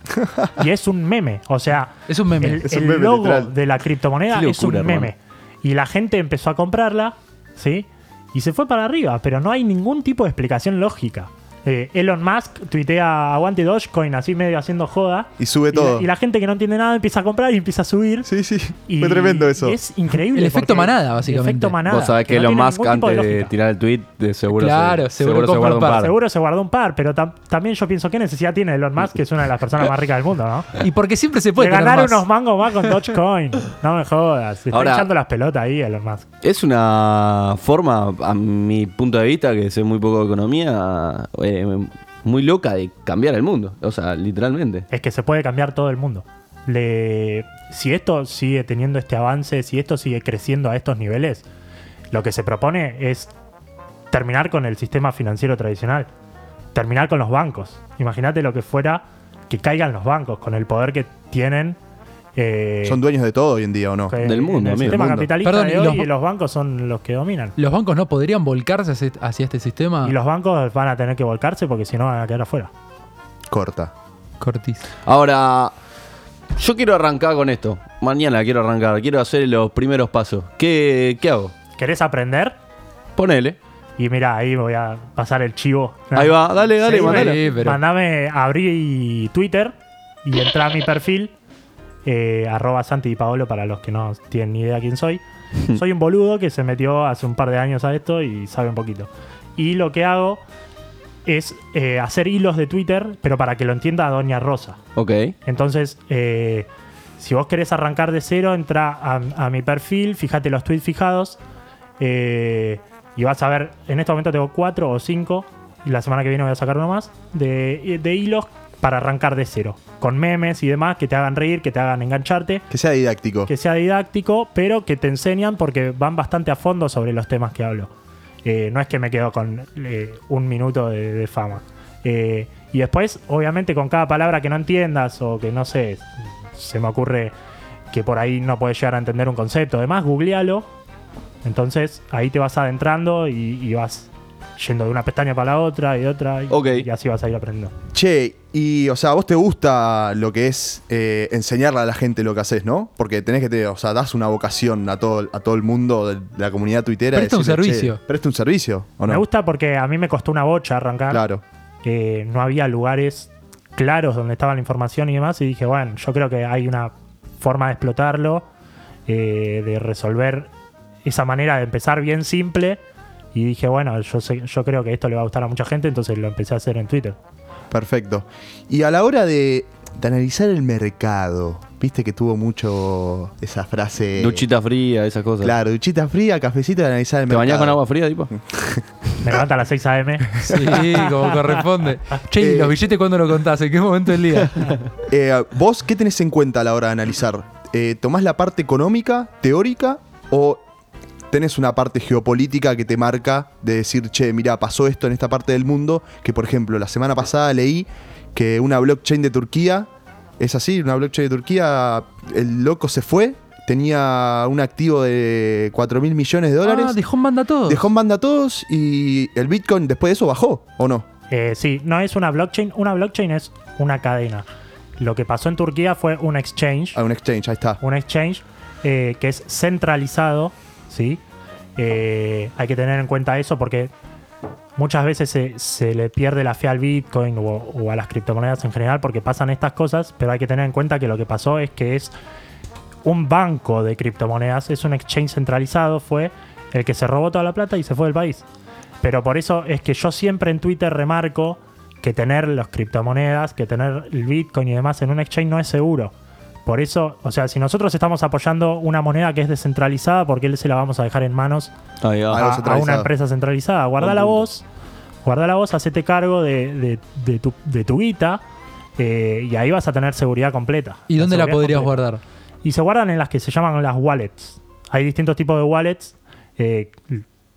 [SPEAKER 12] y es un meme. O sea,
[SPEAKER 8] Es un meme.
[SPEAKER 12] el,
[SPEAKER 8] Es un
[SPEAKER 12] el
[SPEAKER 8] meme,
[SPEAKER 12] logo
[SPEAKER 8] literal.
[SPEAKER 12] de la criptomoneda
[SPEAKER 8] Qué
[SPEAKER 12] es un
[SPEAKER 8] locura,
[SPEAKER 12] meme.
[SPEAKER 8] hermano.
[SPEAKER 12] Y la gente empezó a comprarla, ¿sí? Y se fue para arriba, pero no hay ningún tipo de explicación lógica. Eh, Elon Musk tuitea aguante Dogecoin así medio haciendo joda.
[SPEAKER 10] Y sube
[SPEAKER 12] la-
[SPEAKER 10] todo.
[SPEAKER 12] Y la, gente que no entiende nada empieza a comprar y empieza a subir.
[SPEAKER 10] Sí, sí.
[SPEAKER 12] Y
[SPEAKER 10] Fue tremendo eso.
[SPEAKER 12] Es increíble.
[SPEAKER 8] El efecto
[SPEAKER 12] porque-
[SPEAKER 8] manada, básicamente.
[SPEAKER 12] El efecto manada.
[SPEAKER 11] Vos sabés que,
[SPEAKER 12] no
[SPEAKER 11] lo
[SPEAKER 12] tiene
[SPEAKER 11] más
[SPEAKER 12] ningún tipo
[SPEAKER 11] antes de,
[SPEAKER 12] lógica.
[SPEAKER 11] tirar el tweet, de seguro,
[SPEAKER 8] Claro,
[SPEAKER 11] se,
[SPEAKER 8] seguro
[SPEAKER 11] se
[SPEAKER 8] compra
[SPEAKER 11] guarda
[SPEAKER 8] un
[SPEAKER 11] un
[SPEAKER 8] par.
[SPEAKER 11] par.
[SPEAKER 12] Seguro se guardó un par, pero tam- también yo pienso qué necesidad tiene Elon Musk, que es una de las personas más ricas del mundo, ¿no?
[SPEAKER 8] Y porque siempre se
[SPEAKER 12] De
[SPEAKER 8] puede tener
[SPEAKER 12] ganar
[SPEAKER 8] más.
[SPEAKER 12] unos mangos más con Dogecoin. No me jodas. Se está
[SPEAKER 11] Ahora-
[SPEAKER 12] echando las pelotas ahí Elon Musk.
[SPEAKER 11] Es una forma, a mi punto de vista, que sé muy poco de economía, eh, muy loca de cambiar el mundo. O sea, literalmente.
[SPEAKER 12] Es que se puede cambiar todo el mundo. Le- si esto sigue teniendo este avance, si esto sigue creciendo a estos niveles, lo que se propone es terminar con el sistema financiero tradicional, terminar con los bancos. Imagínate lo que fuera que caigan los bancos con el poder que tienen. eh,
[SPEAKER 10] Son dueños de todo hoy en día, ¿o no?
[SPEAKER 12] en- en el sistema capitalista
[SPEAKER 8] Perdón,
[SPEAKER 12] de
[SPEAKER 8] y
[SPEAKER 12] hoy
[SPEAKER 8] los-
[SPEAKER 12] y los bancos son los que dominan.
[SPEAKER 8] ¿Los bancos no podrían volcarse hacia, hacia este sistema?
[SPEAKER 12] Y los bancos van a tener que volcarse porque si no van a quedar afuera.
[SPEAKER 10] Corta.
[SPEAKER 8] Cortis.
[SPEAKER 11] Ahora, yo quiero arrancar con esto. Mañana quiero arrancar, quiero hacer los primeros pasos. ¿Qué, qué hago?
[SPEAKER 12] ¿Querés aprender?
[SPEAKER 11] Ponele.
[SPEAKER 12] Y mira, ahí voy a pasar el chivo.
[SPEAKER 11] Ahí va, dale, dale,
[SPEAKER 12] Seguime,
[SPEAKER 11] mandale. Sí, pero-
[SPEAKER 12] Mandame, abrí Twitter y entra a mi perfil, eh, arroba Santi y Paolo para los que no tienen ni idea quién soy. Soy un boludo que se metió hace un par de años a esto y sabe un poquito. Y lo que hago es eh, hacer hilos de Twitter, pero para que lo entienda Doña Rosa.
[SPEAKER 11] Ok.
[SPEAKER 12] Entonces, eh, si vos querés arrancar de cero, entra a, a mi perfil, fíjate los tweets fijados. eh, y vas a ver, en este momento tengo cuatro o cinco. Y la semana que viene voy a sacar uno más. De, de hilos para arrancar de cero, con memes y demás que te hagan reír, que te hagan engancharte.
[SPEAKER 10] Que sea didáctico.
[SPEAKER 12] Que sea didáctico, pero que te enseñan porque van bastante a fondo sobre los temas que hablo. Eh, no es que me quedo con eh, un minuto de, de fama. Eh, y después, obviamente, con cada palabra que no entiendas o que no sé, se me ocurre que por ahí no puedes llegar a entender un concepto. Además, googlealo. Entonces, ahí te vas adentrando y, y vas yendo de una pestaña para la otra y otra. Y, y así vas a ir aprendiendo.
[SPEAKER 10] Che, y o sea, vos te gusta lo que es eh, enseñarle a la gente lo que haces, ¿no? Porque tenés que te, o sea, das una vocación a todo, a todo el mundo de la comunidad tuitera.
[SPEAKER 12] Presta un
[SPEAKER 10] decirle,
[SPEAKER 12] servicio.
[SPEAKER 10] "Che, Presta un servicio, ¿o no?
[SPEAKER 12] Me gusta porque a mí me costó una bocha arrancar.
[SPEAKER 10] Claro.
[SPEAKER 12] Eh, no había lugares claros donde estaba la información y demás. Y dije, bueno, yo creo que hay una forma de explotarlo, eh, de resolver esa manera de empezar bien simple. Y dije, bueno, yo, sé- yo creo que esto le va a gustar a mucha gente, entonces lo empecé a hacer en Twitter.
[SPEAKER 10] Perfecto. Y a la hora de, de analizar el mercado, viste que tuvo mucho esa frase.
[SPEAKER 11] Duchita fría, esas cosas.
[SPEAKER 10] Claro, duchita fría, cafecito de analizar el
[SPEAKER 11] ¿Te
[SPEAKER 10] mercado.
[SPEAKER 11] bañás con agua fría, tipo?
[SPEAKER 12] Me levanta a las 6 a.m.
[SPEAKER 8] Sí, como corresponde. Che, ¿y los billetes cuándo lo contás? ¿En qué momento del día?
[SPEAKER 10] Eh, ¿Vos qué tenés en cuenta a la hora de analizar? Eh, ¿Tomás la parte económica, teórica, o tenés una parte geopolítica que te marca de decir, che, mira, pasó esto en esta parte del mundo? Que por ejemplo, la semana pasada leí que una blockchain de Turquía, es así, una blockchain de Turquía, el loco se fue, tenía un activo de 4 mil millones de dólares.
[SPEAKER 8] Ah, dejó en banda todo.
[SPEAKER 10] Dejó en banda a todos y el Bitcoin después de eso bajó, ¿o no?
[SPEAKER 12] Eh, sí, no es una blockchain. Una blockchain es una cadena. Lo que pasó en Turquía fue un exchange.
[SPEAKER 10] un exchange, ahí está.
[SPEAKER 12] Un exchange eh, que es centralizado, ¿sí? Eh, hay que tener en cuenta eso porque muchas veces se, se le pierde la fe al Bitcoin o, o a las criptomonedas en general porque pasan estas cosas, pero hay que tener en cuenta que lo que pasó es que es un banco de criptomonedas, es un exchange centralizado, fue el que se robó toda la plata y se fue del país. Pero por eso es que yo siempre en Twitter remarco que tener las criptomonedas, que tener el Bitcoin y demás en un exchange no es seguro. Por eso, o sea, si nosotros estamos apoyando una moneda que es descentralizada, ¿por qué se la vamos a dejar en manos
[SPEAKER 11] Ahí va.
[SPEAKER 12] a, a una empresa centralizada. Guarda
[SPEAKER 11] Buen
[SPEAKER 12] la
[SPEAKER 11] punto.
[SPEAKER 12] voz, guarda la voz, hacete cargo de, de- de tu, de tu guita eh, y ahí vas a tener seguridad completa.
[SPEAKER 8] ¿Y dónde la
[SPEAKER 12] seguridad
[SPEAKER 8] podrías
[SPEAKER 12] completa.
[SPEAKER 8] guardar?
[SPEAKER 12] Y se guardan en las que se llaman las wallets. Hay distintos tipos de wallets. eh,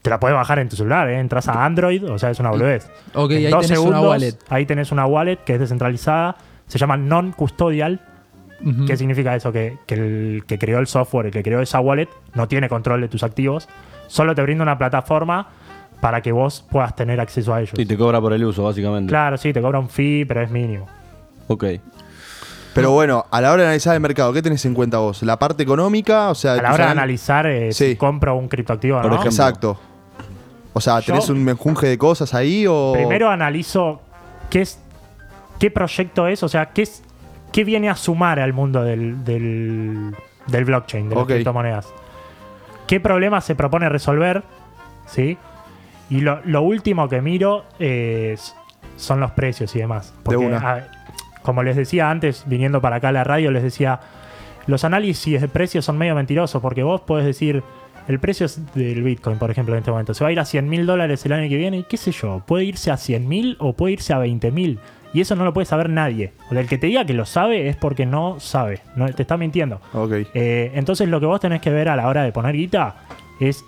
[SPEAKER 12] te la puedes bajar en tu celular, eh, entras a Android, o sea, es una boludez.
[SPEAKER 8] Ok,
[SPEAKER 12] En
[SPEAKER 8] ahí
[SPEAKER 12] dos
[SPEAKER 8] tenés una
[SPEAKER 12] segundos,
[SPEAKER 8] wallet.
[SPEAKER 12] Ahí tenés una wallet que es descentralizada, se llama non-custodial.
[SPEAKER 8] Ujú.
[SPEAKER 12] ¿Qué significa eso? Que, que el que creó el software, el que creó esa wallet, no tiene control de tus activos, solo te brinda una plataforma para que vos puedas tener acceso a ellos.
[SPEAKER 11] Y te cobra por el uso, básicamente.
[SPEAKER 12] Claro, sí, te cobra un fee, pero es mínimo.
[SPEAKER 11] Ok.
[SPEAKER 10] Pero bueno, a la hora de analizar el mercado, ¿qué tenés en cuenta vos? ¿La parte económica? O sea,
[SPEAKER 12] A la hora de analizar eh, si compro un criptoactivo o no.
[SPEAKER 10] Exacto. O sea, ¿tenés
[SPEAKER 12] Yo-
[SPEAKER 10] un menjunje de cosas ahí o...?
[SPEAKER 12] Primero analizo qué es qué proyecto es, o sea, qué es qué viene a sumar al mundo del, del, del blockchain, de las
[SPEAKER 10] Ok.
[SPEAKER 12] criptomonedas. ¿Qué problema se propone resolver? ¿Sí? Y lo, lo último que miro es- son los precios y demás. Porque,
[SPEAKER 10] una.
[SPEAKER 12] ah, como les decía antes, viniendo para acá a la radio, les decía, los análisis de precios son medio mentirosos porque vos podés decir, el precio es del Bitcoin, por ejemplo, en este momento, se va a ir a 100 mil dólares el año que viene y qué sé yo, puede irse a 100 mil o puede irse a 20 mil. Y eso no lo puede saber nadie. O sea, El que te diga que lo sabe es porque no sabe, no, te está mintiendo. Eh, entonces lo que vos tenés que ver a la hora de poner guita es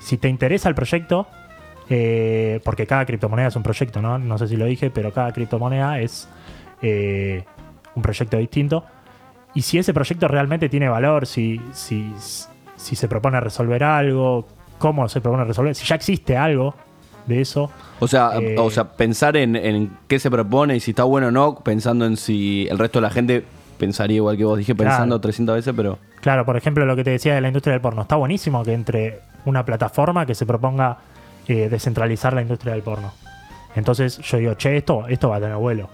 [SPEAKER 12] si te interesa el proyecto, eh, porque cada criptomoneda es un proyecto, ¿no? No sé si lo dije, pero cada criptomoneda es eh, un proyecto distinto. Y si ese proyecto realmente tiene valor, si, si, si se propone resolver algo, cómo se propone resolver, si ya existe algo de eso.
[SPEAKER 11] O sea,
[SPEAKER 12] Eh,
[SPEAKER 11] o sea pensar en, en qué se propone y si está bueno o no, pensando en si el resto de la gente pensaría igual que vos. Dije pensando
[SPEAKER 12] Claro.
[SPEAKER 11] 300 veces, pero.
[SPEAKER 12] Claro, por ejemplo, lo que te decía de la industria del porno. Está buenísimo que entre una plataforma que se proponga eh, descentralizar la industria del porno. Entonces yo digo, che, esto, esto va a tener vuelo.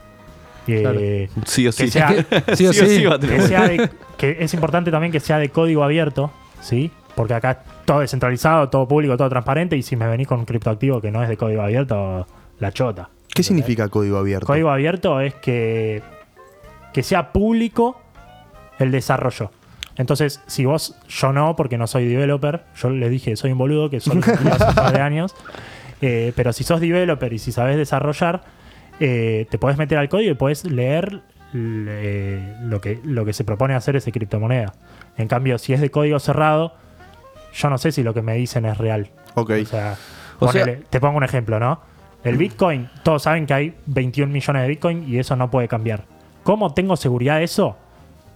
[SPEAKER 12] Eh,
[SPEAKER 11] Claro. Sí o
[SPEAKER 12] que
[SPEAKER 11] sí.
[SPEAKER 12] sea-
[SPEAKER 11] Sí o Sí o sí. sí va a tener
[SPEAKER 12] que sea
[SPEAKER 11] vuelo.
[SPEAKER 12] de- que es importante también que sea de código abierto, ¿sí? Porque acá todo descentralizado, todo público, todo transparente. Y si me venís con un criptoactivo que no es de código abierto, la chota.
[SPEAKER 10] ¿Qué significa código abierto?
[SPEAKER 12] Código abierto es que, que sea público el desarrollo. Entonces, si vos, yo no, porque no soy developer, yo les dije, soy un boludo, que solo lo hace un par de años, Eh, pero si sos developer y si sabés desarrollar, eh, te podés meter al código y podés leer eh, lo, que, lo que se propone hacer esa criptomoneda. En cambio, si es de código cerrado, yo no sé si lo que me dicen es real.
[SPEAKER 10] Ok.
[SPEAKER 12] O sea,
[SPEAKER 10] O sea- Mm.
[SPEAKER 12] ponele- te pongo un ejemplo, ¿no? El Bitcoin, todos saben que hay 21 millones de Bitcoin y eso no puede cambiar. ¿Cómo tengo seguridad de eso?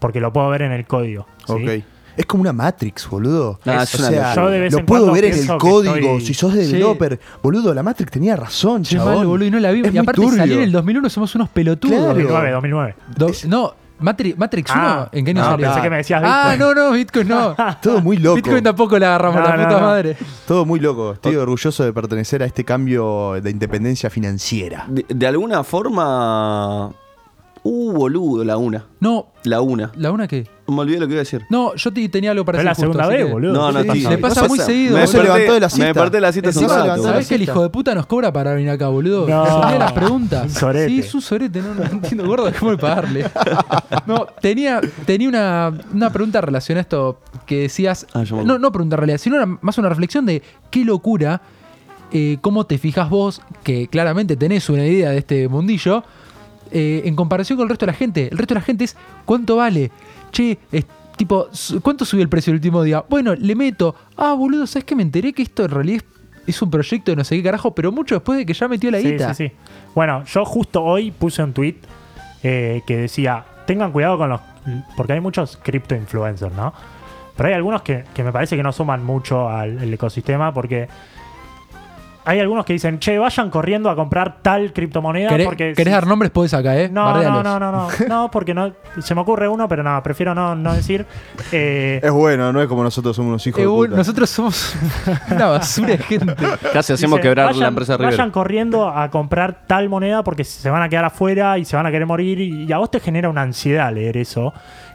[SPEAKER 12] Porque lo puedo ver en el código. ¿sí?
[SPEAKER 10] Ok. Es como una Matrix, boludo.
[SPEAKER 12] Ah,
[SPEAKER 10] o
[SPEAKER 12] es una
[SPEAKER 10] sea,
[SPEAKER 12] locura. Yo de vez
[SPEAKER 10] lo
[SPEAKER 12] en
[SPEAKER 10] puedo
[SPEAKER 12] cuando
[SPEAKER 10] ver en el
[SPEAKER 12] pienso que
[SPEAKER 10] código.
[SPEAKER 12] estoy-
[SPEAKER 10] Si sos de
[SPEAKER 12] Sí.
[SPEAKER 10] developer, boludo, la Matrix tenía razón,
[SPEAKER 8] Qué
[SPEAKER 10] chabón.
[SPEAKER 8] malo, boludo, y no la vimos. y
[SPEAKER 10] Es muy
[SPEAKER 8] aparte
[SPEAKER 10] turbio.
[SPEAKER 8] salió en el 2001, somos unos pelotudos.
[SPEAKER 10] Claro.
[SPEAKER 12] 2009, 2009.
[SPEAKER 8] Do- no, Matri- Matrix 1,
[SPEAKER 12] Ah,
[SPEAKER 8] ¿en qué año
[SPEAKER 12] no,
[SPEAKER 8] salió?
[SPEAKER 12] pensé que me decías
[SPEAKER 8] Ah,
[SPEAKER 12] Bitcoin.
[SPEAKER 8] no, no, Bitcoin no.
[SPEAKER 10] Todo muy loco.
[SPEAKER 8] Bitcoin tampoco la agarramos, la puta madre.
[SPEAKER 10] Todo muy loco. Estoy orgulloso de pertenecer a este cambio de independencia financiera.
[SPEAKER 11] De, de alguna forma. Uh, boludo, la una.
[SPEAKER 8] No.
[SPEAKER 11] La una.
[SPEAKER 8] ¿La una qué?
[SPEAKER 11] Me olvidé lo que iba a decir.
[SPEAKER 8] No, yo te- tenía algo para
[SPEAKER 11] Es
[SPEAKER 8] decir
[SPEAKER 11] la
[SPEAKER 8] justo,
[SPEAKER 11] segunda
[SPEAKER 8] así
[SPEAKER 11] vez,
[SPEAKER 8] que-
[SPEAKER 11] boludo. No, no,
[SPEAKER 8] Sí,
[SPEAKER 11] está-
[SPEAKER 8] Le pasa
[SPEAKER 11] pasa-
[SPEAKER 8] muy
[SPEAKER 11] me
[SPEAKER 8] seguido.
[SPEAKER 11] desperté-
[SPEAKER 8] boludo.
[SPEAKER 11] me desperté de la cita. me desperté de la cita hace un
[SPEAKER 8] Encima,
[SPEAKER 11] rato, boludo.
[SPEAKER 8] ¿Sabés que el hijo de puta nos cobra para venir acá, boludo?
[SPEAKER 11] No.
[SPEAKER 8] Se olvida las preguntas.
[SPEAKER 11] Un sorete.
[SPEAKER 8] Sí, es un sorete. No, no entiendo, gordo, cómo pagarle. No, tenía, tenía una, una pregunta en relación a esto que decías.
[SPEAKER 11] Ah, yo me
[SPEAKER 8] no, no pregunta en realidad, sino una- más una reflexión de qué locura, eh, cómo te fijas vos, que claramente tenés una idea de este mundillo, eh, en comparación con el resto de la gente. El resto de la gente es cuánto vale. Che, es tipo, su- ¿cuánto subió el precio el último día? Bueno, le meto. Ah, boludo, ¿sabes que me enteré que esto en realidad es. es un proyecto de no sé qué carajo, pero mucho después de que ya metió la
[SPEAKER 12] Sí,
[SPEAKER 8] guita.
[SPEAKER 12] sí, sí. Bueno, yo justo hoy puse un tweet eh, que decía: tengan cuidado con los. Porque hay muchos cripto influencers, ¿no? Pero hay algunos que, que me parece que no suman mucho al al ecosistema porque. Hay algunos que dicen, che, vayan corriendo a comprar tal criptomoneda
[SPEAKER 8] ¿Querés,
[SPEAKER 12] porque.
[SPEAKER 8] querés
[SPEAKER 12] si-
[SPEAKER 8] dar nombres? Podés acá, ¿eh?
[SPEAKER 12] no, no,
[SPEAKER 8] Bardealos.
[SPEAKER 12] no, no, no, no, porque no, se me ocurre uno, pero no, prefiero no, no decir. Eh,
[SPEAKER 10] Es bueno, no es como nosotros somos unos hijos
[SPEAKER 12] Eh,
[SPEAKER 10] de
[SPEAKER 12] bueno,
[SPEAKER 10] puta.
[SPEAKER 8] Nosotros somos una basura de gente.
[SPEAKER 11] Casi hacemos
[SPEAKER 12] Dice,
[SPEAKER 11] quebrar
[SPEAKER 12] "Vayan-
[SPEAKER 11] la empresa River.
[SPEAKER 12] Vayan corriendo a comprar tal moneda porque se van a quedar afuera y se van a querer morir. Y, y a vos te genera una ansiedad leer eso.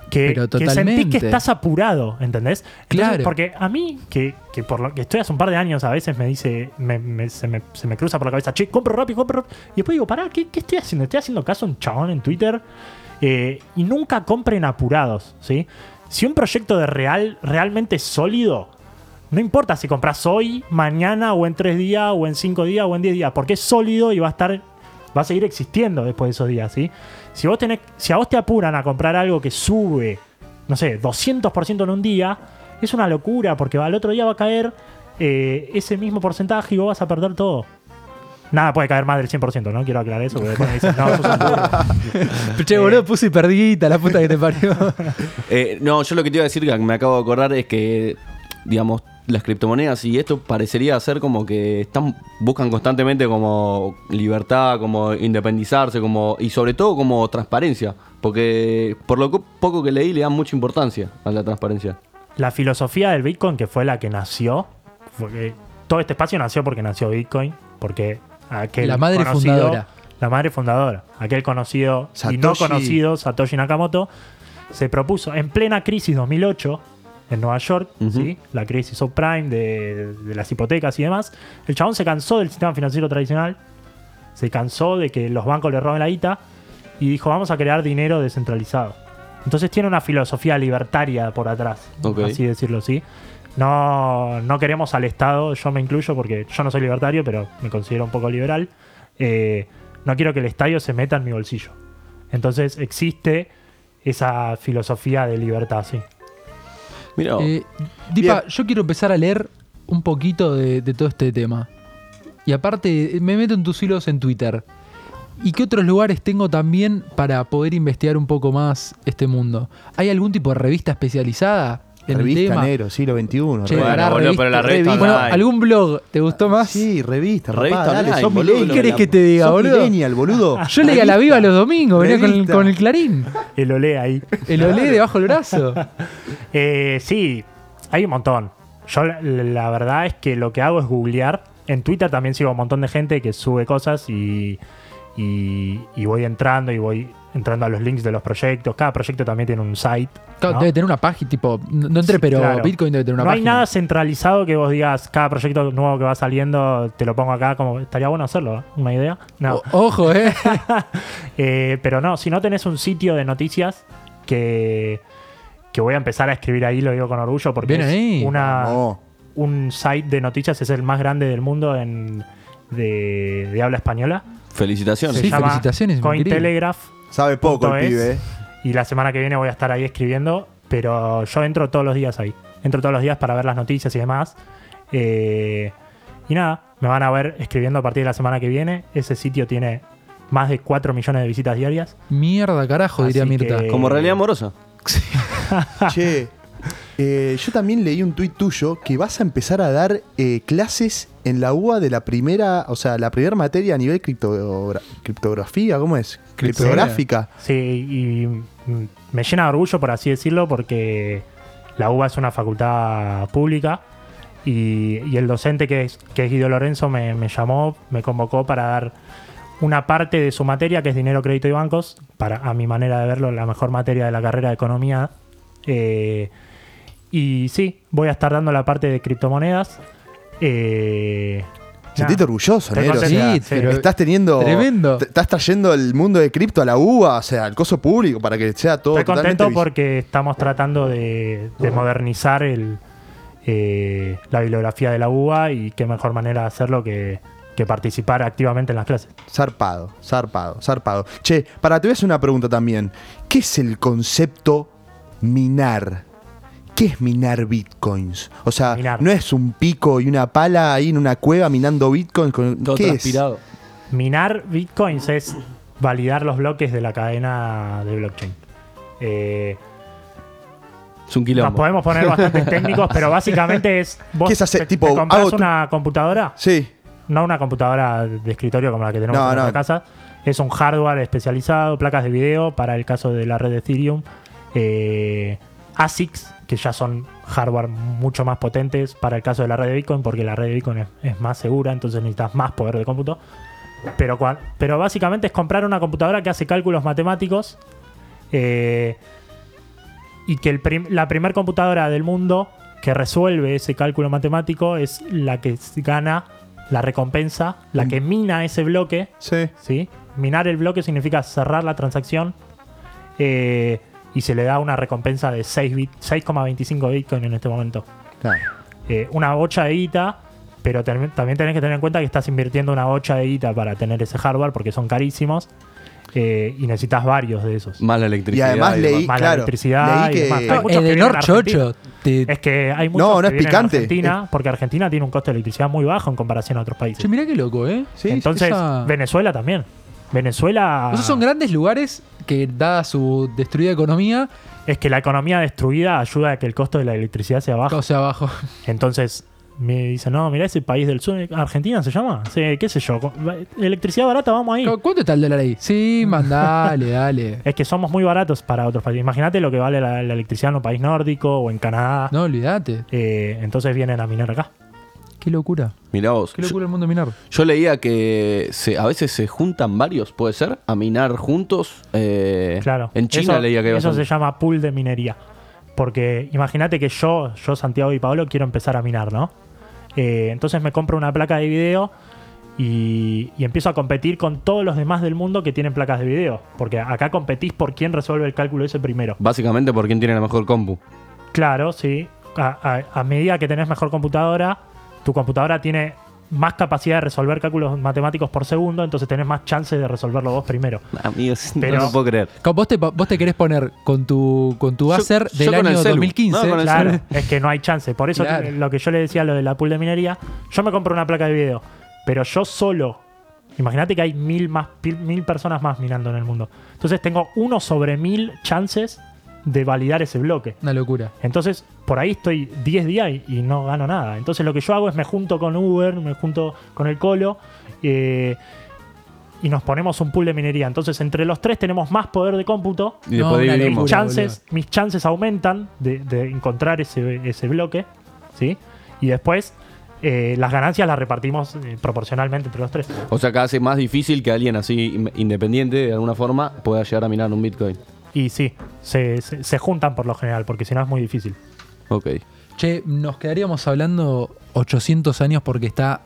[SPEAKER 12] Que,
[SPEAKER 8] Pero
[SPEAKER 12] que sentís que
[SPEAKER 8] totalmente.
[SPEAKER 12] estás apurado, ¿entendés? Entonces,
[SPEAKER 8] Claro.
[SPEAKER 12] Porque a mí, que, que por lo que estoy hace un par de años, a veces me dice, me- me- se, me, se me cruza por la cabeza, che, compro rápido, compro rápido. Y después digo, pará, ¿qué, qué estoy haciendo? Estoy haciendo caso a un chabón en Twitter. eh, y nunca compren apurados, ¿sí? Si un proyecto de real, realmente sólido, no importa si compras hoy, mañana o en tres días o en cinco días o en diez días, porque es sólido y va a estar, va a seguir existiendo después de esos días, ¿sí? Si vos tenés, si a vos te apuran a comprar algo que sube, no sé, 200% en un día, es una locura porque al otro día va a caer eh, ese mismo porcentaje y vos vas a perder todo. Nada puede caer más del 100%, ¿no? Quiero aclarar eso, porque después me dicen, no, sos un burro.
[SPEAKER 8] Che, boludo, puse y perdí guita, la puta que te parió.
[SPEAKER 11] Eh, no, yo lo que te iba a decir, que me acabo de acordar, es que, digamos, las criptomonedas y esto parecería ser como que están buscan constantemente como libertad, como independizarse, como y sobre todo como transparencia, porque por lo co- poco que leí le dan mucha importancia a la transparencia.
[SPEAKER 12] la filosofía del Bitcoin, que fue la que nació, fue que todo este espacio nació porque nació Bitcoin, porque aquel
[SPEAKER 8] La madre
[SPEAKER 12] conocido-
[SPEAKER 8] fundadora.
[SPEAKER 12] La madre fundadora, aquel conocido y
[SPEAKER 8] Satoshi.
[SPEAKER 12] no conocido Satoshi Nakamoto, se propuso en plena crisis 2008 en Nueva York, ¿sí? la crisis subprime de, de las hipotecas y demás, el chabón se cansó del sistema financiero tradicional, se cansó de que los bancos le roben la guita y dijo vamos a crear dinero descentralizado. Entonces tiene una filosofía libertaria por atrás,
[SPEAKER 11] Ok.
[SPEAKER 12] así decirlo así. No, no queremos al Estado, yo me incluyo porque yo no soy libertario, pero me considero un poco liberal. Eh, no quiero que el Estado se meta en mi bolsillo. Entonces existe esa filosofía de libertad, sí. Oh.
[SPEAKER 11] Mira,
[SPEAKER 8] Eh, Dipa, yo quiero empezar a leer un poquito de, de todo este tema. Y aparte, eh, me meto en tus hilos en Twitter. ¿Y qué otros lugares tengo también para poder investigar un poco más este mundo? ¿Hay algún tipo de revista especializada en el
[SPEAKER 10] Revista
[SPEAKER 8] tema?
[SPEAKER 10] negro, siglo XXI.
[SPEAKER 8] Che,
[SPEAKER 10] revista.
[SPEAKER 8] pará, revista- Bueno, ¿algún blog te gustó más?
[SPEAKER 10] Sí, revista, rapaz,
[SPEAKER 8] Revista
[SPEAKER 10] dale,
[SPEAKER 8] online,
[SPEAKER 10] sos
[SPEAKER 8] boludo,
[SPEAKER 10] millennial.
[SPEAKER 8] ¿Qué querés que te diga,
[SPEAKER 10] Sos
[SPEAKER 8] boludo? Ah,
[SPEAKER 10] millennial, boludo.
[SPEAKER 8] Yo leía la viva los domingos, venía con el,
[SPEAKER 12] Revista.
[SPEAKER 8] con el clarín.
[SPEAKER 12] El olé ahí.
[SPEAKER 8] El olé debajo del brazo.
[SPEAKER 12] Eh, sí, hay un montón. Yo la, la verdad es que lo que hago es googlear. En Twitter también sigo a un montón de gente que sube cosas y, y, y voy entrando y voy entrando a los links de los proyectos. Cada proyecto también tiene un site.
[SPEAKER 8] Claro,
[SPEAKER 12] ¿no?
[SPEAKER 8] Debe tener una página, tipo, no no entré,
[SPEAKER 12] Sí,
[SPEAKER 8] pero
[SPEAKER 12] claro.
[SPEAKER 8] Bitcoin debe tener una
[SPEAKER 12] No hay
[SPEAKER 8] página.
[SPEAKER 12] nada centralizado que vos digas, cada proyecto nuevo que va saliendo, te lo pongo acá, como estaría bueno hacerlo, ¿eh? una idea. No.
[SPEAKER 8] ojo, eh.
[SPEAKER 12] Eh, Pero no, si no tenés un sitio de noticias que, que voy a empezar a escribir ahí, lo digo con orgullo, porque
[SPEAKER 8] Bien
[SPEAKER 12] es
[SPEAKER 8] ahí.
[SPEAKER 12] una,
[SPEAKER 8] Vamos.
[SPEAKER 12] un site de noticias, es el más grande del mundo en, de, de habla española.
[SPEAKER 11] Felicitaciones.
[SPEAKER 12] Se llama Cointelegraph.
[SPEAKER 10] Sabe poco el
[SPEAKER 12] .es,
[SPEAKER 10] pibe, eh.
[SPEAKER 12] Y la semana que viene voy a estar ahí escribiendo, pero yo entro todos los días ahí. Entro todos los días para ver las noticias y demás. Eh, y nada, me van a ver escribiendo a partir de la semana que viene. Ese sitio tiene más de 4 millones de visitas diarias.
[SPEAKER 8] Mierda, carajo, diría
[SPEAKER 12] Así
[SPEAKER 8] Mirta. Eh,
[SPEAKER 12] que-
[SPEAKER 11] eh,
[SPEAKER 12] Como realidad
[SPEAKER 11] amorosa.
[SPEAKER 10] che, eh, yo también leí un tuit tuyo que vas a empezar a dar eh, clases en la UBA de la primera, o sea, la primera materia a nivel criptogra- criptografía, ¿cómo es? Criptográfica.
[SPEAKER 12] Sí, y mm, me llena de orgullo, por así decirlo, porque la UBA es una facultad pública y, y el docente que es, que es Guido Lorenzo me, me llamó, me convocó para dar una parte de su materia, que es dinero, crédito y bancos, para, a mi manera de verlo, la mejor materia de la carrera de economía. Eh, y sí, voy a estar dando la parte de criptomonedas. Eh,
[SPEAKER 10] Sentiste
[SPEAKER 12] nada.
[SPEAKER 10] orgulloso,
[SPEAKER 12] Estoy
[SPEAKER 10] negro. o
[SPEAKER 12] contento.
[SPEAKER 10] sea,
[SPEAKER 12] Sí, pero-
[SPEAKER 10] estás teniendo.
[SPEAKER 12] Tremendo.
[SPEAKER 10] t- Estás trayendo el mundo de cripto a la UBA, o sea, al coso público, para que sea todo
[SPEAKER 12] Estoy
[SPEAKER 10] totalmente.
[SPEAKER 12] contento
[SPEAKER 10] vis-
[SPEAKER 12] porque estamos tratando de, de modernizar el, eh, la bibliografía de la UBA y qué mejor manera de hacerlo que, que participar activamente en las clases.
[SPEAKER 10] Zarpado, zarpado, zarpado. Che, para te voy a hacer una pregunta también. ¿Qué es el concepto minar? ¿Qué es minar bitcoins? O sea, no es un pico y una pala ahí en una cueva minando bitcoins. Con, ¿Qué es?
[SPEAKER 12] Minar bitcoins es validar los bloques de la cadena de blockchain. Eh,
[SPEAKER 11] Es un
[SPEAKER 12] nos podemos poner bastante técnicos, pero básicamente es. Vos
[SPEAKER 10] ¿Qué es hacer?
[SPEAKER 12] te-
[SPEAKER 10] Tipo,
[SPEAKER 12] te compras
[SPEAKER 10] hago tu-
[SPEAKER 12] una computadora?
[SPEAKER 10] Sí.
[SPEAKER 12] No una computadora de escritorio como la que tenemos
[SPEAKER 10] No,
[SPEAKER 12] en
[SPEAKER 10] no.
[SPEAKER 12] nuestra casa. Es un hardware especializado, placas de video para el caso de la red de Ethereum, eh, ASICs, que ya son hardware mucho más potentes para el caso de la red de Bitcoin, porque la red de Bitcoin es, es más segura, entonces necesitas más poder de cómputo. Pero, cua- pero básicamente es comprar una computadora que hace cálculos matemáticos eh, y que el prim- la primera computadora del mundo que resuelve ese cálculo matemático es la que s- gana la recompensa, la que mina ese bloque.
[SPEAKER 10] Sí.
[SPEAKER 12] Minar el bloque significa cerrar la transacción eh, y se le da una recompensa de 6 bit- 6,25 Bitcoin en este momento. Eh, una bocha de guita, pero ten- también tenés que tener en cuenta que estás invirtiendo una bocha de guita para tener ese hardware porque son carísimos eh, y necesitas varios de esos.
[SPEAKER 11] Más la electricidad.
[SPEAKER 12] Más la electricidad y demás.
[SPEAKER 8] Eh,
[SPEAKER 12] Hay muchos Este. que vienen a Argentina. Es que hay muchos
[SPEAKER 11] No, no
[SPEAKER 12] que
[SPEAKER 11] es
[SPEAKER 12] vienen a
[SPEAKER 11] picante.
[SPEAKER 12] Argentina porque Argentina tiene un costo de electricidad muy bajo en comparación a otros países.
[SPEAKER 8] Che, mirá qué loco, ¿eh?
[SPEAKER 12] Entonces,
[SPEAKER 8] esa-
[SPEAKER 12] Venezuela también. Venezuela.
[SPEAKER 8] Esos son grandes lugares que, dada su destruida economía.
[SPEAKER 12] Es que la economía destruida ayuda a que el costo de la electricidad sea bajo.
[SPEAKER 8] sea bajo.
[SPEAKER 12] Entonces, me dicen, no, mirá ese país del sur, Argentina se llama. Sí, ¿Qué sé yo? co- va- Electricidad barata, vamos ahí.
[SPEAKER 8] ¿Cuánto está el dólar ahí? Sí, mandale, dale.
[SPEAKER 12] Es que somos muy baratos para otros países. Imagínate lo que vale la, la electricidad en un país nórdico o en Canadá. Eh,
[SPEAKER 8] No, olvídate.
[SPEAKER 12] entonces vienen a minar acá.
[SPEAKER 8] Qué locura.
[SPEAKER 11] Mirá vos.
[SPEAKER 8] Qué locura el mundo minar.
[SPEAKER 11] Yo leía que se- a veces se juntan varios, puede ser, a minar juntos. eh,
[SPEAKER 12] Claro.
[SPEAKER 11] En China
[SPEAKER 12] eso,
[SPEAKER 11] leía que
[SPEAKER 12] Eso se
[SPEAKER 11] bastante.
[SPEAKER 12] llama pool de minería. Porque imagínate que yo, yo, Santiago y Pablo, quiero empezar a minar, ¿no? Eh, entonces me compro una placa de video y, y empiezo a competir con todos los demás del mundo que tienen placas de video. Porque acá competís por quién resuelve el cálculo ese primero.
[SPEAKER 11] Básicamente por quién tiene la mejor compu.
[SPEAKER 12] Claro, sí. A, a- a medida que tenés mejor computadora, tu computadora tiene más capacidad de resolver cálculos matemáticos por segundo, entonces tenés más chance de resolverlo vos primero.
[SPEAKER 11] Amigos,
[SPEAKER 12] Pero-
[SPEAKER 11] no lo puedo creer.
[SPEAKER 8] Co- Vos te, vos te querés poner con tu, con tu láser del año 2015.
[SPEAKER 12] Claro, es que no hay chance. Por eso
[SPEAKER 8] Claro.
[SPEAKER 12] lo que yo le decía, lo de la pool de minería, yo me compro una placa de video, pero yo solo. Imagínate que hay mil, más, pil- mil personas más minando en el mundo. Entonces tengo uno sobre mil chances de validar ese bloque.
[SPEAKER 8] Una locura.
[SPEAKER 12] Entonces, por ahí estoy 10 días y, y no gano nada. Entonces, lo que yo hago es me junto con Uber, me junto con el Colo eh, y nos ponemos un pool de minería. Entonces, entre los tres tenemos más poder de cómputo.
[SPEAKER 11] Y después No, una dividimos.
[SPEAKER 12] mis,
[SPEAKER 11] locura,
[SPEAKER 12] chances, mis chances aumentan de, de encontrar ese, ese bloque. ¿sí? Y después, eh, las ganancias las repartimos eh, proporcionalmente entre los tres.
[SPEAKER 11] O sea, que hace más difícil que alguien así in- independiente, de alguna forma, pueda llegar a minar un Bitcoin.
[SPEAKER 12] Y sí, se, se- se juntan por lo general, porque si no es muy difícil.
[SPEAKER 11] Ok.
[SPEAKER 8] Che, nos quedaríamos hablando 800 años porque está.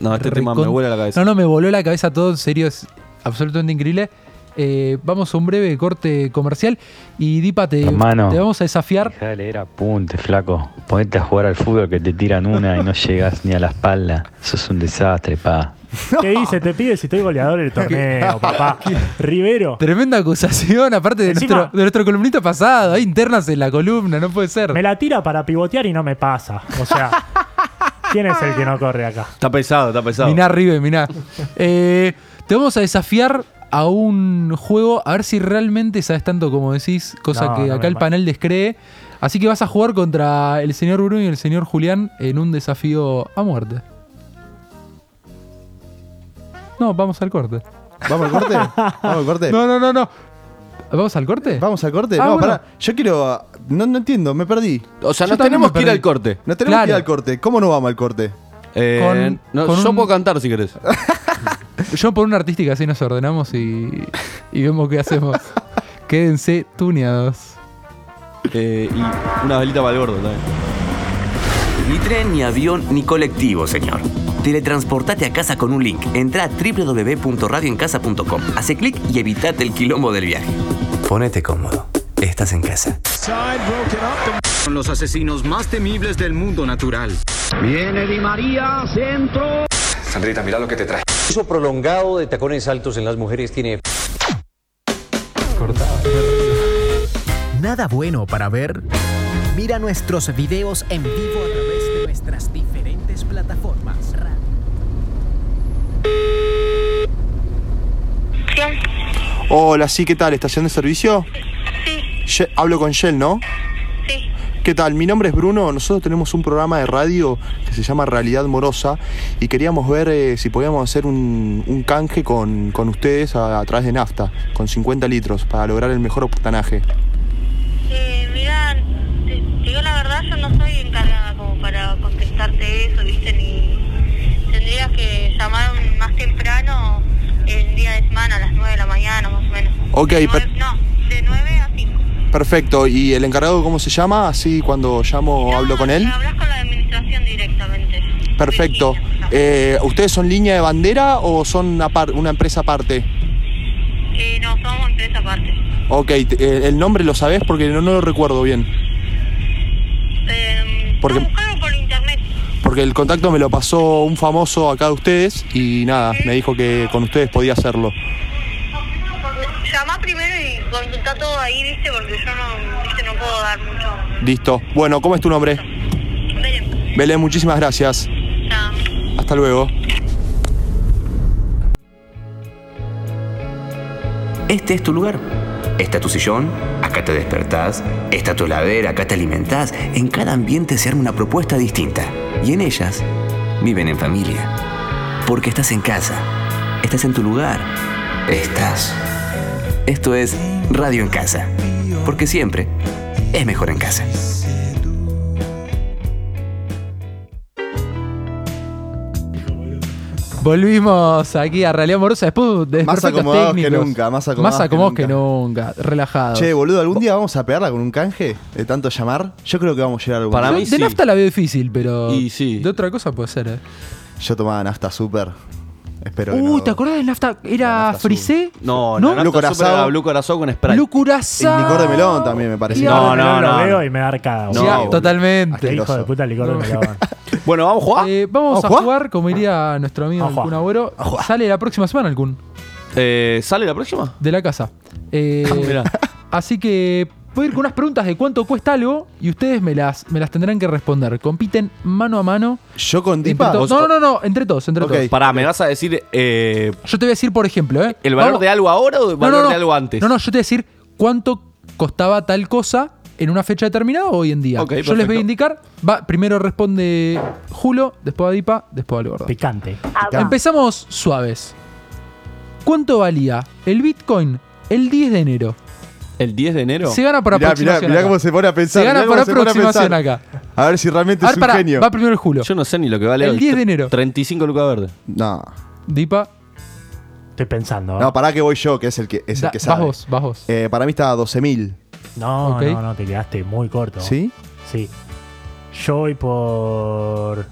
[SPEAKER 11] No, este tema
[SPEAKER 8] recon-
[SPEAKER 11] me vuela la cabeza.
[SPEAKER 8] No, no, me voló la cabeza todo, en serio, es absolutamente increíble. Eh, vamos a un breve corte comercial y Dipa, te,
[SPEAKER 15] Hermano.
[SPEAKER 8] te vamos a desafiar.
[SPEAKER 15] Deja de leer apunte, flaco. Ponete a jugar al fútbol que te tiran una y no llegas ni a la espalda. Sos un desastre, pa.
[SPEAKER 12] ¿Qué dice? Te pide si estoy goleador del torneo, papá. Rivero.
[SPEAKER 8] Tremenda acusación, aparte de,
[SPEAKER 12] Encima-
[SPEAKER 8] nuestro, de nuestro columnista pasado. Hay internas en la columna, no puede ser.
[SPEAKER 12] Me la tira para pivotear y no me pasa. O sea, ¿quién es el que no corre acá?
[SPEAKER 11] Está pesado, está pesado.
[SPEAKER 8] Miná, Ribe, miná. Eh, te vamos a desafiar a un juego, a ver si realmente sabes tanto como decís, cosa
[SPEAKER 12] No,
[SPEAKER 8] que
[SPEAKER 12] no
[SPEAKER 8] acá
[SPEAKER 12] me
[SPEAKER 8] el
[SPEAKER 12] pa-
[SPEAKER 8] panel descree. Así que vas a jugar contra el señor Bruno y el señor Julián en un desafío a muerte. No, vamos al corte.
[SPEAKER 10] ¿Vamos al corte? ¿Vamos al corte?
[SPEAKER 8] No, no, no, no. ¿Vamos al corte?
[SPEAKER 10] ¿Vamos al corte?
[SPEAKER 8] Ah,
[SPEAKER 10] no,
[SPEAKER 8] bueno.
[SPEAKER 10] pará. Yo quiero. No, no entiendo, me perdí.
[SPEAKER 11] O sea, Yo nos también tenemos me que ir perdí. al corte.
[SPEAKER 10] Nos tenemos
[SPEAKER 11] Claro.
[SPEAKER 10] que ir al corte. ¿Cómo no vamos al corte?
[SPEAKER 11] Eh,
[SPEAKER 8] Con-
[SPEAKER 11] no,
[SPEAKER 8] con
[SPEAKER 11] yo
[SPEAKER 8] un-
[SPEAKER 11] puedo cantar si querés.
[SPEAKER 8] Yo por una artística así nos ordenamos y, y vemos qué hacemos. Quédense tuneados.
[SPEAKER 11] Eh, y una velita para el gordo también.
[SPEAKER 2] Ni tren, ni avión, ni colectivo, señor. Teletransportate a casa con un link. Entra a www.radioencasa.com. Hace clic y evitate el quilombo del viaje.
[SPEAKER 14] Ponete cómodo. Estás en casa.
[SPEAKER 16] Son los asesinos más temibles del mundo natural.
[SPEAKER 17] Viene Di María, centro.
[SPEAKER 16] Sandrita, mira lo que te traje.
[SPEAKER 18] Uso prolongado de tacones altos en las mujeres tiene.
[SPEAKER 7] ¿Nada bueno para ver? Mira nuestros videos en vivo a través de nuestras diferentes plataformas.
[SPEAKER 10] Hola, sí, ¿qué tal? ¿Estación de servicio? Sí. Hablo con Shell, ¿no? Sí. ¿Qué tal? Mi nombre es Bruno. Nosotros tenemos un programa de radio que se llama Realidad Morosa y queríamos ver eh, si podíamos hacer un, un canje con, con ustedes a, a través de nafta, con 50 litros, para lograr el mejor octanaje.
[SPEAKER 19] Eh, mira, te, te digo la verdad, yo no soy encargada como para contestarte eso, ¿viste? Ni tendrías que llamar un- más temprano el día de semana, a las 9 de la mañana más o menos.
[SPEAKER 10] Ok, per-
[SPEAKER 19] No, de 9 a 5.
[SPEAKER 10] perfecto. ¿Y el encargado cómo se llama? Así cuando llamo hablo con él.
[SPEAKER 19] Hablas con la administración directamente.
[SPEAKER 10] Perfecto. Eh, ¿Ustedes son línea de bandera o son apar- una empresa aparte?
[SPEAKER 19] Eh, no, somos empresa aparte.
[SPEAKER 10] Ok, te- eh, el nombre lo sabés porque no, no lo recuerdo bien.
[SPEAKER 19] Em,
[SPEAKER 10] Porque, porque el contacto me lo pasó un famoso acá de ustedes y nada, me dijo que con ustedes podía hacerlo.
[SPEAKER 19] Llamá primero y consultá todo ahí, ¿viste? Porque yo no, ¿viste? no puedo dar mucho.
[SPEAKER 10] Listo. Bueno, ¿cómo es tu nombre? Belén, muchísimas gracias. Hasta luego.
[SPEAKER 2] Este es tu lugar. Está tu sillón, acá te despertás. Está tu heladera, acá te alimentás. En cada ambiente se arma una propuesta distinta. Y en ellas viven en familia. Porque estás en casa. Estás en tu lugar. Estás. Esto es Radio en Casa. Porque siempre es mejor en casa.
[SPEAKER 8] Volvimos aquí a Realidad Morosa después de
[SPEAKER 10] Más
[SPEAKER 8] desperfectos
[SPEAKER 10] acomodados que
[SPEAKER 8] técnicos.
[SPEAKER 10] nunca, más acomodados que
[SPEAKER 8] acomodados que nunca. Relajados.
[SPEAKER 10] Che, boludo, ¿algún día vamos a pegarla con un canje de tanto llamar? Yo creo que vamos a llegar algún
[SPEAKER 8] Yo
[SPEAKER 10] día.
[SPEAKER 8] de nafta la veo difícil, pero
[SPEAKER 10] Y sí.
[SPEAKER 8] de otra cosa puede ser. ¿eh?
[SPEAKER 10] Yo tomaba nafta super. Espero que
[SPEAKER 8] Uy,
[SPEAKER 10] no.
[SPEAKER 8] ¿te acordás de nafta? ¿Era frisé?
[SPEAKER 11] No,
[SPEAKER 8] ¿No?
[SPEAKER 11] no,
[SPEAKER 10] Blue Corazao.
[SPEAKER 11] Blue Corazao con Sprite.
[SPEAKER 8] Blue Curazao.
[SPEAKER 10] El licor de melón también me parece.
[SPEAKER 11] No, no,
[SPEAKER 12] Lo
[SPEAKER 11] no.
[SPEAKER 12] veo y me da arcada.
[SPEAKER 11] No,
[SPEAKER 12] boludo.
[SPEAKER 11] boludo.
[SPEAKER 8] Totalmente.
[SPEAKER 12] Qué hijo de puta licor de
[SPEAKER 8] No.
[SPEAKER 12] melón.
[SPEAKER 11] Bueno, vamos a jugar.
[SPEAKER 10] Ah,
[SPEAKER 8] Eh, vamos
[SPEAKER 11] ¿Vamos
[SPEAKER 8] a
[SPEAKER 11] a jugar?
[SPEAKER 8] jugar, como diría nuestro amigo el Kun Agüero. Sale la próxima semana el Kun,
[SPEAKER 11] Eh, ¿Sale la próxima?
[SPEAKER 8] de la casa. Eh,
[SPEAKER 11] Mirá.
[SPEAKER 8] así que voy a ir con unas preguntas de cuánto cuesta algo y ustedes me las, me las tendrán que responder. Compiten mano a mano.
[SPEAKER 10] ¿Yo con
[SPEAKER 8] Entre
[SPEAKER 11] Dipa?
[SPEAKER 8] to-
[SPEAKER 11] ¿Vos-
[SPEAKER 8] No, no, no, entre todos, entre todos.
[SPEAKER 11] Pará, me vas a decir eh,
[SPEAKER 8] Yo te voy a decir, por ejemplo, ¿eh?
[SPEAKER 11] el valor
[SPEAKER 8] Vamos-
[SPEAKER 11] de algo ahora o el
[SPEAKER 8] No,
[SPEAKER 11] valor
[SPEAKER 8] no, no.
[SPEAKER 11] de algo antes.
[SPEAKER 8] No, no, yo te voy a decir cuánto costaba tal cosa en una fecha determinada o hoy en día.
[SPEAKER 11] Ok,
[SPEAKER 8] yo les
[SPEAKER 11] perfecto.
[SPEAKER 8] voy a indicar. Va, primero responde Julo, después Adipa, después Alborda.
[SPEAKER 12] Picante.
[SPEAKER 8] Empezamos suaves. ¿Cuánto valía el Bitcoin el 10 de enero?
[SPEAKER 11] ¿El 10 de enero?
[SPEAKER 8] Se gana por
[SPEAKER 10] Mirá,
[SPEAKER 8] aproximación.
[SPEAKER 10] mirá, mirá
[SPEAKER 8] acá.
[SPEAKER 10] cómo se pone a pensar,
[SPEAKER 8] Se gana
[SPEAKER 10] mirá
[SPEAKER 8] por
[SPEAKER 10] cómo se pone a
[SPEAKER 8] aproximación
[SPEAKER 10] pensar.
[SPEAKER 8] acá.
[SPEAKER 10] A ver si realmente
[SPEAKER 8] A
[SPEAKER 10] es
[SPEAKER 8] ver,
[SPEAKER 10] un
[SPEAKER 8] pará,
[SPEAKER 10] genio.
[SPEAKER 8] va primero el Julo.
[SPEAKER 11] Yo no sé ni lo que vale
[SPEAKER 8] El
[SPEAKER 11] hoy.
[SPEAKER 8] 10 de enero.
[SPEAKER 11] 35 lucas verde.
[SPEAKER 10] No.
[SPEAKER 8] Dipa,
[SPEAKER 12] Estoy pensando. ¿eh?
[SPEAKER 10] No, pará que voy yo, que es el que, es
[SPEAKER 8] Da-
[SPEAKER 10] el que
[SPEAKER 8] vas
[SPEAKER 10] sabe.
[SPEAKER 8] vos, vas vos.
[SPEAKER 10] Eh, para mí está 12.000.
[SPEAKER 12] No,
[SPEAKER 10] Ok.
[SPEAKER 12] no, no, te quedaste muy corto.
[SPEAKER 10] ¿Sí?
[SPEAKER 12] Sí. Yo voy por.